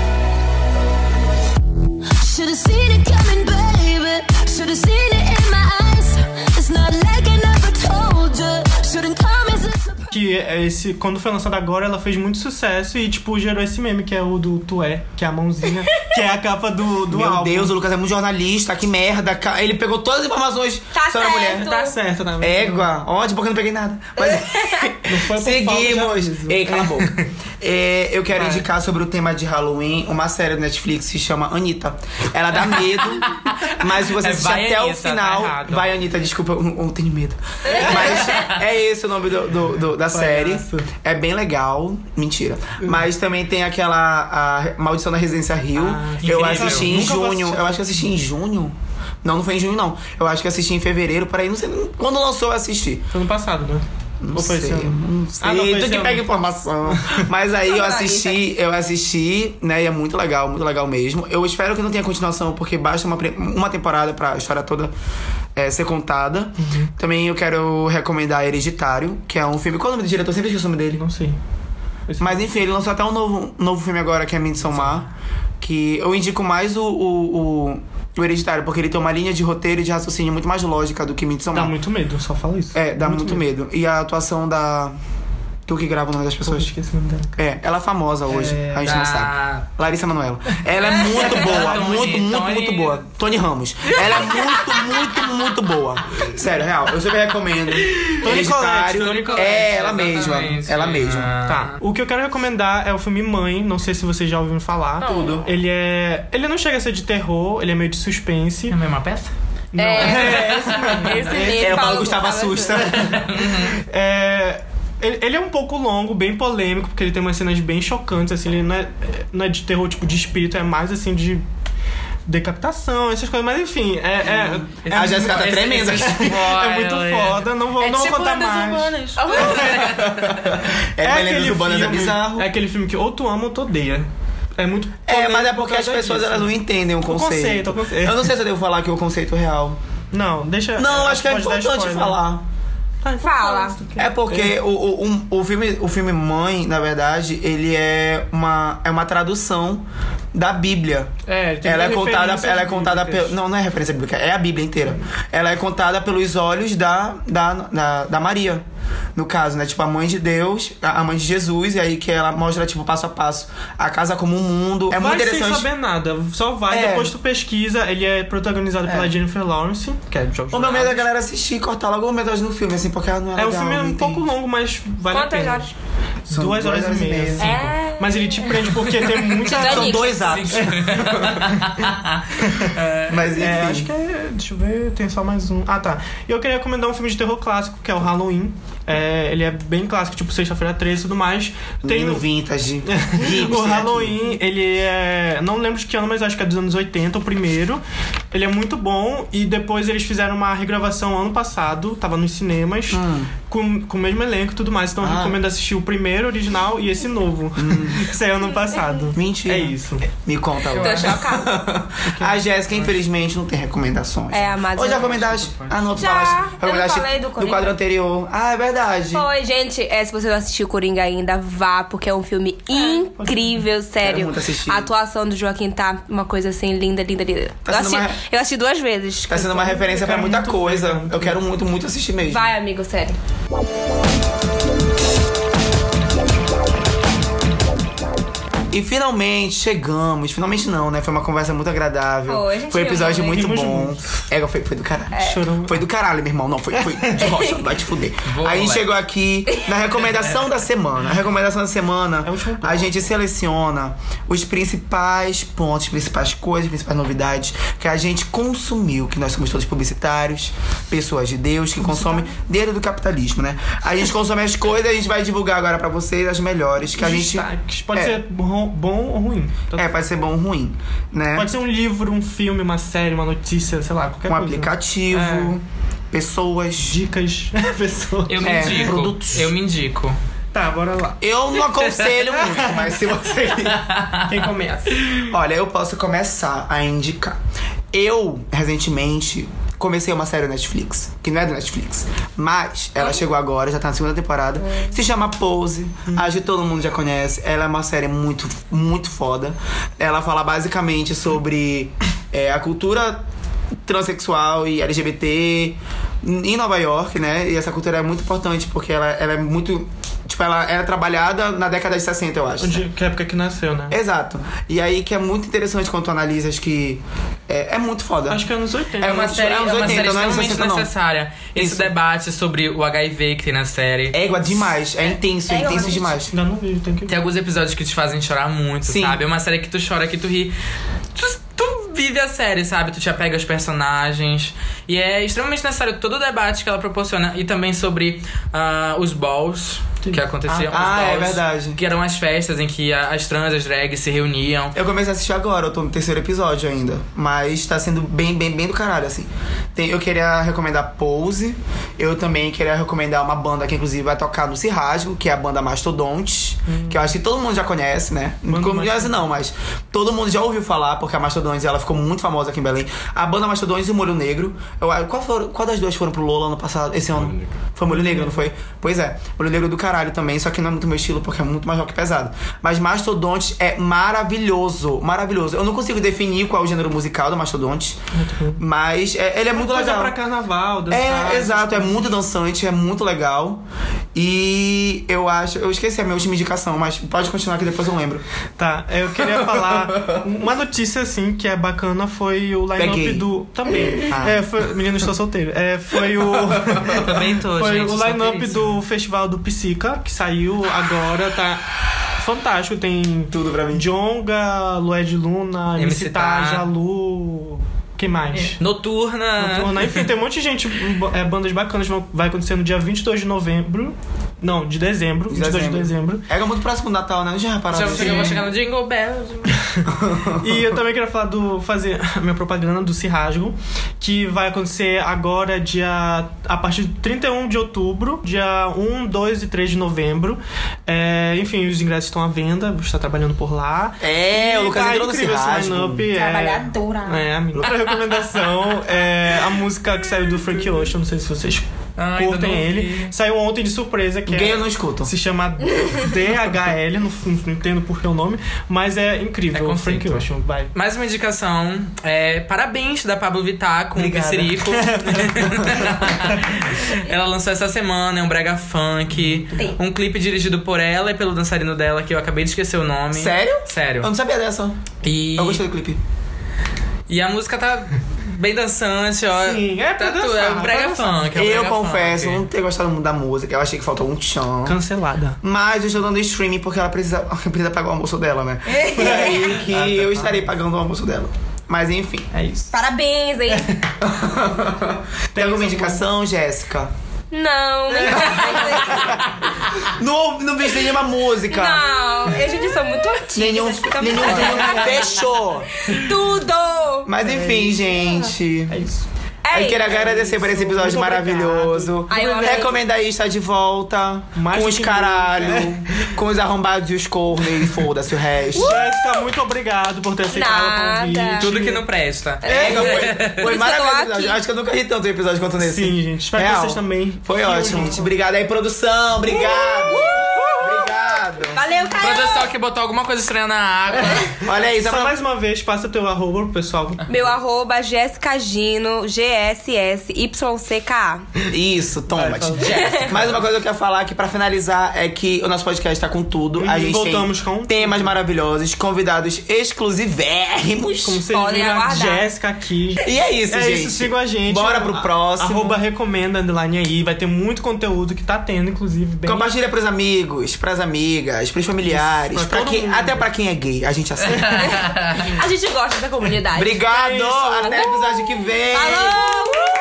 F: Should've seen it coming, baby. Should've seen it in my eyes. It's not like I never told you. Shouldn't come as a surprise.
A: Que é esse, quando foi lançado agora, ela fez muito sucesso e, tipo, gerou esse meme que é o do Tué, que é a mãozinha, que é a capa do, do
B: Meu
A: álbum.
B: Deus, o Lucas é muito jornalista, que merda. ca- Ele pegou todas as informações
C: Tá
B: sobre a
C: certo.
B: mulher.
A: Tá certo, né?
B: É, Égua, ó, de boca eu não peguei nada. Mas
A: Não foi por falta de
B: seguimos.
A: aviso.
B: Ei, cala a boca. É, eu quero indicar sobre o tema de Halloween uma série do Netflix que se chama Anitta. Ela dá medo, mas se você
D: É,
B: assistir
D: vai,
B: até o
D: Anitta, tá
B: final.
D: errado.
B: vai, Anitta, desculpa, eu, eu tenho medo. Mas é esse o nome do- do- do- da série.
A: Palhaço. Hum.
B: É bem legal. Mentira. Mas também tem aquela a Maldição da Residência Rio.
A: Ah,
B: eu
D: incrível.
B: assisti em
A: Nunca vou
B: junho.
A: assistir.
B: Eu acho que eu assisti em junho. Não, não foi em junho, não. Eu acho que eu assisti em fevereiro, por aí. Não sei nem quando lançou, eu assisti.
A: Foi ano passado, né?
B: Não
A: Ou foi
B: sei,
A: esse ano?
B: não sei.
A: Ah, não, foi
B: tu
A: esse
B: que
A: ano.
B: pega informação. Mas aí eu assisti,
A: é-
B: eu assisti, né? E é muito legal, muito legal mesmo. Eu espero que não tenha continuação, porque basta uma, pre- uma temporada pra história toda é, ser contada. Também eu quero recomendar Hereditário, que é um filme. Qual é o nome do diretor? Eu sempre esqueço o nome dele.
A: Não sei.
B: Mas enfim, ele lançou até um novo, um novo filme agora, que é Midsommar. Que eu indico mais o, o, o, o Hereditário, porque ele tem uma linha de roteiro e de raciocínio muito Tá mais lógica do que Midsommar.
A: Dá muito medo, só falo isso.
B: É, dá muito, medo. E a atuação da. Tu que grava o nome das
A: Pô,
B: pessoas?
A: esqueci o nome dela.
B: É, ela é famosa hoje, a gente
D: Tá.
B: não sabe. Larissa Manoela. Ela é muito boa,
D: Tony,
B: muito, muito,
D: Tony-
B: muito boa. Tony Ramos. Ela é muito, muito, muito boa. Sério, real, eu sempre recomendo. Hereditário.
D: Toni Collette,
B: É, ela mesma.
D: exatamente.
B: Ela mesma.
D: Ah.
A: Tá. O que eu quero recomendar é o filme Mãe. Não sei se vocês já ouviram falar.
B: Tudo.
A: Ele é. Ele não chega a ser de terror, ele é meio de suspense.
D: É a mesma peça?
A: Não.
C: É, esse mesmo. Esse mesmo,
B: É, o Paulo Gustavo
C: Gustavo
B: assusta.
A: É, ele ele é um pouco longo, bem polêmico, porque ele tem umas cenas bem chocantes, assim, ele não é, não é de terror tipo de espírito, é mais assim de decapitação, essas coisas, mas enfim, é. é, é
B: A Jéssica tá
D: Esse-
B: tremenda.
D: esse
A: é
D: spoiler. É tipo
A: muito foda, não vou, não
C: tipo
A: vou contar mais.
B: É, mas lendas
A: aquele
B: urbanas é
A: filme-
B: bizarro.
A: É aquele filme que ou tu ama ou tu odeia. É muito
B: É,
A: polêmico
B: mas é
A: por
B: porque as
A: causa
B: pessoas
A: disso.
B: elas não entendem o conceito.
A: conceito, o conceito.
B: Eu não sei se eu devo falar aqui o conceito real.
A: Não, deixa.
B: Não, acho que é
A: pode dar
B: importante
A: spoiler.
B: falar.
A: Tá, então
C: Fala.
A: se tu quer.
B: É porque o, o, um- o, filme, o filme Mãe, na verdade, ele é uma, é uma tradução da Bíblia.
A: É, tem
B: ela é contada,
A: referências
B: ela é contada
A: bíblicas.
B: pelo, não, não é referência bíblica, é a Bíblia inteira. Ela é contada pelos olhos da, da, da, da Maria. No caso, né? Tipo, a mãe de Deus, a a mãe de Jesus, e aí que ela mostra, tipo, passo a passo, a casa como um mundo. É
A: vai
B: muito
A: sem
B: interessante.
A: saber nada, só vai,
B: É.
A: depois tu pesquisa. Ele é protagonizado pela Jennifer Lawrence, que é de Jogos
B: O meu medo é a
A: Vorazes.
B: galera assistir e cortar logo metade do filme, assim, porque ela não é
A: É um
B: legal,
A: filme
B: não
A: um
B: entende.
A: pouco longo, mas vale
B: é,
A: a
C: Quantas
A: pena.
C: horas?
B: São
A: Duas horas, e meia. cinco.
C: É.
A: Mas ele te prende porque tem muita.
C: Titanic.
B: São dois atos. Mas enfim.
A: É, acho que é. Deixa eu ver, tem só mais um. Ah, tá. E eu queria recomendar um filme de terror clássico, que é o Halloween. É, ele é bem clássico, tipo Sexta-feira 13 e tudo mais. Tem
B: Menino
A: no-
B: vintage.
A: o
B: Hipster aqui.
A: Halloween, ele é. Não lembro de que ano, mas acho que é dos anos 80, o primeiro. Ele é muito bom e depois eles fizeram uma regravação ano passado, tava nos cinemas, com, com o mesmo elenco e tudo mais. Então eu
B: Ah. Hum.
A: recomendo assistir o primeiro original e esse novo, que saiu ano passado.
B: Mentira.
A: É isso.
B: Me conta
C: Tô
B: agora.
C: chocada.
B: A Jéssica, infelizmente, não tem recomendações.
C: É, a Mads
B: Ou já
C: não-
B: recomendar as. Ah, não, tu
C: Já,
B: falaste.
C: eu
B: recomendaste
C: falei do Coringa.
B: quadro anterior. Ah, é verdade.
C: Oi, gente. É, se você não assistiu Coringa ainda, vá, porque é um filme incrível, sério.
B: muito assistir.
C: A atuação do Joaquim tá uma coisa assim, linda, linda, linda.
B: Tá
C: eu,
B: sendo
C: assisti,
B: uma-
C: eu assisti duas vezes.
B: Tá sendo uma referência pra muita coisa. Eu quero muito, muito assistir mesmo.
C: Vai, amigo, sério.
B: E finalmente chegamos. Finalmente não, né? Foi uma conversa muito agradável.
C: Foi, a gente
B: um episódio
C: amou, né?
B: muito
A: Rimos
B: bom.
A: muito.
B: É, foi, foi do caralho.
A: Chorou.
B: Foi do caralho, meu irmão. Não, foi, foi de rocha, vai te fuder.
D: Vou,
B: Aí a gente
D: moleque.
B: chegou aqui na recomendação da semana. A recomendação da semana,
A: É o último bloco.
B: a gente seleciona os principais pontos, principais coisas, principais novidades que a gente consumiu, que nós somos todos publicitários, pessoas de Deus, que consomem dentro do capitalismo, né? A gente consome as coisas, a gente vai divulgar agora pra vocês as melhores que a gente.
A: Destaques. Pode
B: É.
A: ser bom, bom ou ruim. Tanto
B: É, pode ser bom ou ruim, né?
A: Pode ser um livro, um filme, uma série, uma notícia, sei lá, qualquer
B: um
A: coisa.
B: aplicativo,
A: É.
B: pessoas.
A: Dicas, pessoas.
D: Eu me
B: É,
D: indico.
B: produtos.
D: Eu me indico.
A: Tá, bora lá.
B: Eu não aconselho muito, mas se você.
A: Quem começa?
B: Olha, eu posso começar a indicar. Eu, recentemente, comecei uma série Netflix, que não é do Netflix, mas ela chegou agora, já tá na segunda temporada. Se chama Pose, acho que todo mundo já conhece. Ela é uma série muito, muito foda. Ela fala basicamente sobre é, a cultura transexual e LGBT em Nova York, né? E essa cultura é muito importante porque ela, ela é muito. Tipo, ela era trabalhada na década de 60, eu acho.
A: Onde, que época que nasceu, né?
B: Exato. E aí que é muito interessante quando tu analisas que. É, é muito foda.
A: Acho que é anos 80.
B: É
D: É uma
B: muito-
D: série,
B: é
D: é
B: uns
D: uma
B: 80, não é
D: série
B: uns
D: extremamente
B: 60 não.
D: necessária. Esse
B: Isso.
D: debate sobre o HIV que tem na série.
B: É igual demais. É intenso, é,
C: É
B: intenso
C: igual,
B: demais.
A: Ainda não vi, tem que
D: Tem alguns episódios que te fazem chorar muito,
B: Sim.
D: sabe? É uma série que tu chora, que tu ri. Tu, tu vive a série, sabe? Tu te apega aos personagens. E é extremamente necessário todo o debate que ela proporciona. E também sobre ah, os balls que aconteciam.
B: Ah,
D: os
B: é
D: balls,
B: verdade.
D: Que eram as festas em que a- as trans, as drags se reuniam.
B: Eu comecei a assistir agora, eu tô no terceiro episódio ainda. Mas tá sendo bem, bem, bem do caralho, assim. Tem- eu queria recomendar Pose. Eu também queria recomendar uma banda que, inclusive, vai tocar no Cirrasgo, que é a banda Mastodonte. Que eu acho que todo mundo já conhece, né?
A: Hum. Banda
B: Como- Conhece não, mas todo mundo já ouviu falar, porque a Mastodonte, ela ficou muito famosa aqui em Belém. A banda Mastodonte e o Molho Negro. Eu, acho- qual, foram- qual das duas foram pro Lola ano passado? Esse ano? Foi Molho Negro, não foi? Pois é. Molho Negro do caralho também, só que não é muito meu estilo, porque é muito mais rock pesado. Mas Mastodonte é maravilhoso. Maravilhoso. Eu não consigo definir qual é o gênero musical do Mastodonte, mas é- ele é muito
A: coisa
B: legal.
A: pra carnaval, dançar.
B: É, exato, é muito dançante, é muito legal. E eu acho. Eu esqueci a minha última indicação, mas pode continuar que depois eu lembro.
A: Tá, eu queria falar. Uma notícia, assim, que é bacana foi o line-up
B: Peguei.
A: do. Também.
B: Ah.
A: É, foi... Menino, estou solteiro. É, foi o.
D: Também tô,
A: foi
D: gente.
B: é
A: o line-up do festival do Psica, que saiu agora, tá. Fantástico, tem.
B: Tudo pra mim.
A: Djonga, Lued Luna, MC
D: MC Tá.
A: Taj, Jalu. Quem mais?
B: É.
D: Noturna.
A: Noturna. Enfim, tem um monte de gente, bo- é, bandas bacanas. vão- Vai acontecer no dia 22 de novembro. Não, de dezembro. 22 de dezembro.
B: Era É muito próximo do Natal, né? Não já repararam
D: Já
B: isso?
D: chegou- vou chegar no Jingle Bells.
A: E eu também quero falar do. fazer a minha propaganda do Se Rasgo, que vai acontecer agora, dia. a partir de 31 de outubro, dia 1, 2 e 3 de novembro. É, enfim, os ingressos estão à venda, vou estar trabalhando por lá.
B: É, o Lucas
A: tá
B: entrou no
A: incrível esse
B: Cirrasco.
A: lineup, é-
C: Trabalhadora.
A: É, amiga. Outra recomendação é a música que saiu do Frank Ocean, não sei se vocês
D: Ah, ainda
A: curtem
D: não
A: ele.
D: ouvi.
A: Saiu ontem de surpresa, que
B: Gay
A: é-
B: eu não escuto.
A: se chama DHL, não, não entendo por que o nome, mas é
D: É
A: incrível.
D: conceito.
A: Frank Ocean, vai.
D: Mais uma indicação. é, parabéns da Pablo Vittar com
B: Obrigada.
D: o Pissirico. ela lançou essa semana, é um brega funk.
C: Tem.
D: Um clipe dirigido por ela e pelo dançarino dela, que eu acabei de esquecer o nome.
B: Sério?
D: Sério.
B: Eu não sabia dessa.
D: E,
B: Eu gostei do clipe.
D: e a música tá bem dançante, ó.
A: Sim, é pra
D: tá tudo,
A: dançar,
D: É um brega
A: pra dançar.
D: funk. é um
B: Eu
D: brega
B: confesso
D: funk.
B: não ter gostado muito da música. Eu achei que faltou um chão.
A: Cancelada.
B: Mas eu estou dando streaming porque ela precisa, ela precisa pagar o almoço dela, né? E aí que eu estarei pagando o almoço dela. Mas enfim.
A: Ah, tá, É isso.
C: Parabéns, hein?
B: Tem alguma indicação, Jéssica?
C: Não,
A: É.
C: nem
B: Não, não vejo nenhuma música.
C: Não, eu gente sou muito tá antiga.
B: Nenhum,
C: vocês ficam me
B: nenhum, nenhum fechou.
C: falando Tudo!
B: Mas enfim, gente.
A: É isso.
C: É
B: eu quero
C: isso.
B: agradecer por esse episódio
A: Muito
B: maravilhoso.
A: obrigado.
C: Ai, eu amei.
B: Recomenda aí estar de volta.
A: Mais
B: com
A: do
B: os
A: que
B: caralho.
A: nunca.
B: Com os arrombados e os cornos. E foda-se o resto.
A: Jéssica, muito obrigado por ter aceitado o
C: Nada.
A: convite.
D: Tudo que não presta.
B: É, não, foi,
C: Por
B: foi
C: isso
B: maravilhoso.
C: que eu tô
B: o episódio.
C: aqui.
B: Acho que eu nunca ri tanto episódio quanto nesse.
A: Sim, gente. Espero que
B: Real.
A: vocês também.
B: Foi ótimo, gente. Obrigado aí, produção. Obrigado.
C: Uh!
B: Obrigado.
C: Valeu, cara!
D: Produção que botou alguma coisa estranha na água.
B: Olha aí, só
A: Só
B: pra...
A: Então, mais uma vez, passa teu arroba pro pessoal.
C: Meu arroba Jéssica Gino, G-S-S-Y-C-K-A.
B: Isso, toma.
A: fala.
B: Jéssica. Mais uma coisa que eu quero falar aqui pra finalizar é que o nosso podcast tá com tudo.
A: Uhum,
B: A gente
A: voltamos
B: tem
A: com-
B: temas maravilhosos, convidados exclusivérrimos.
A: Como vocês
C: Podem
A: viram, a
C: aguardar.
A: Jéssica aqui.
B: E é isso,
A: é
B: gente.
A: isso, sigam a gente.
B: Bora pro
A: A-
B: próximo.
A: Arroba recomenda underline aí. Vai ter muito conteúdo que tá tendo, inclusive. Bem...
B: Compartilha pros amigos, pras amigas, pros familiares,
A: Isso, pra
B: pra
A: todo
B: quem,
A: mundo.
B: até pra quem é gay, a gente aceita.
C: A gente gosta da comunidade.
B: Obrigado!
A: É isso.
B: Até o episódio que vem!
C: Falou!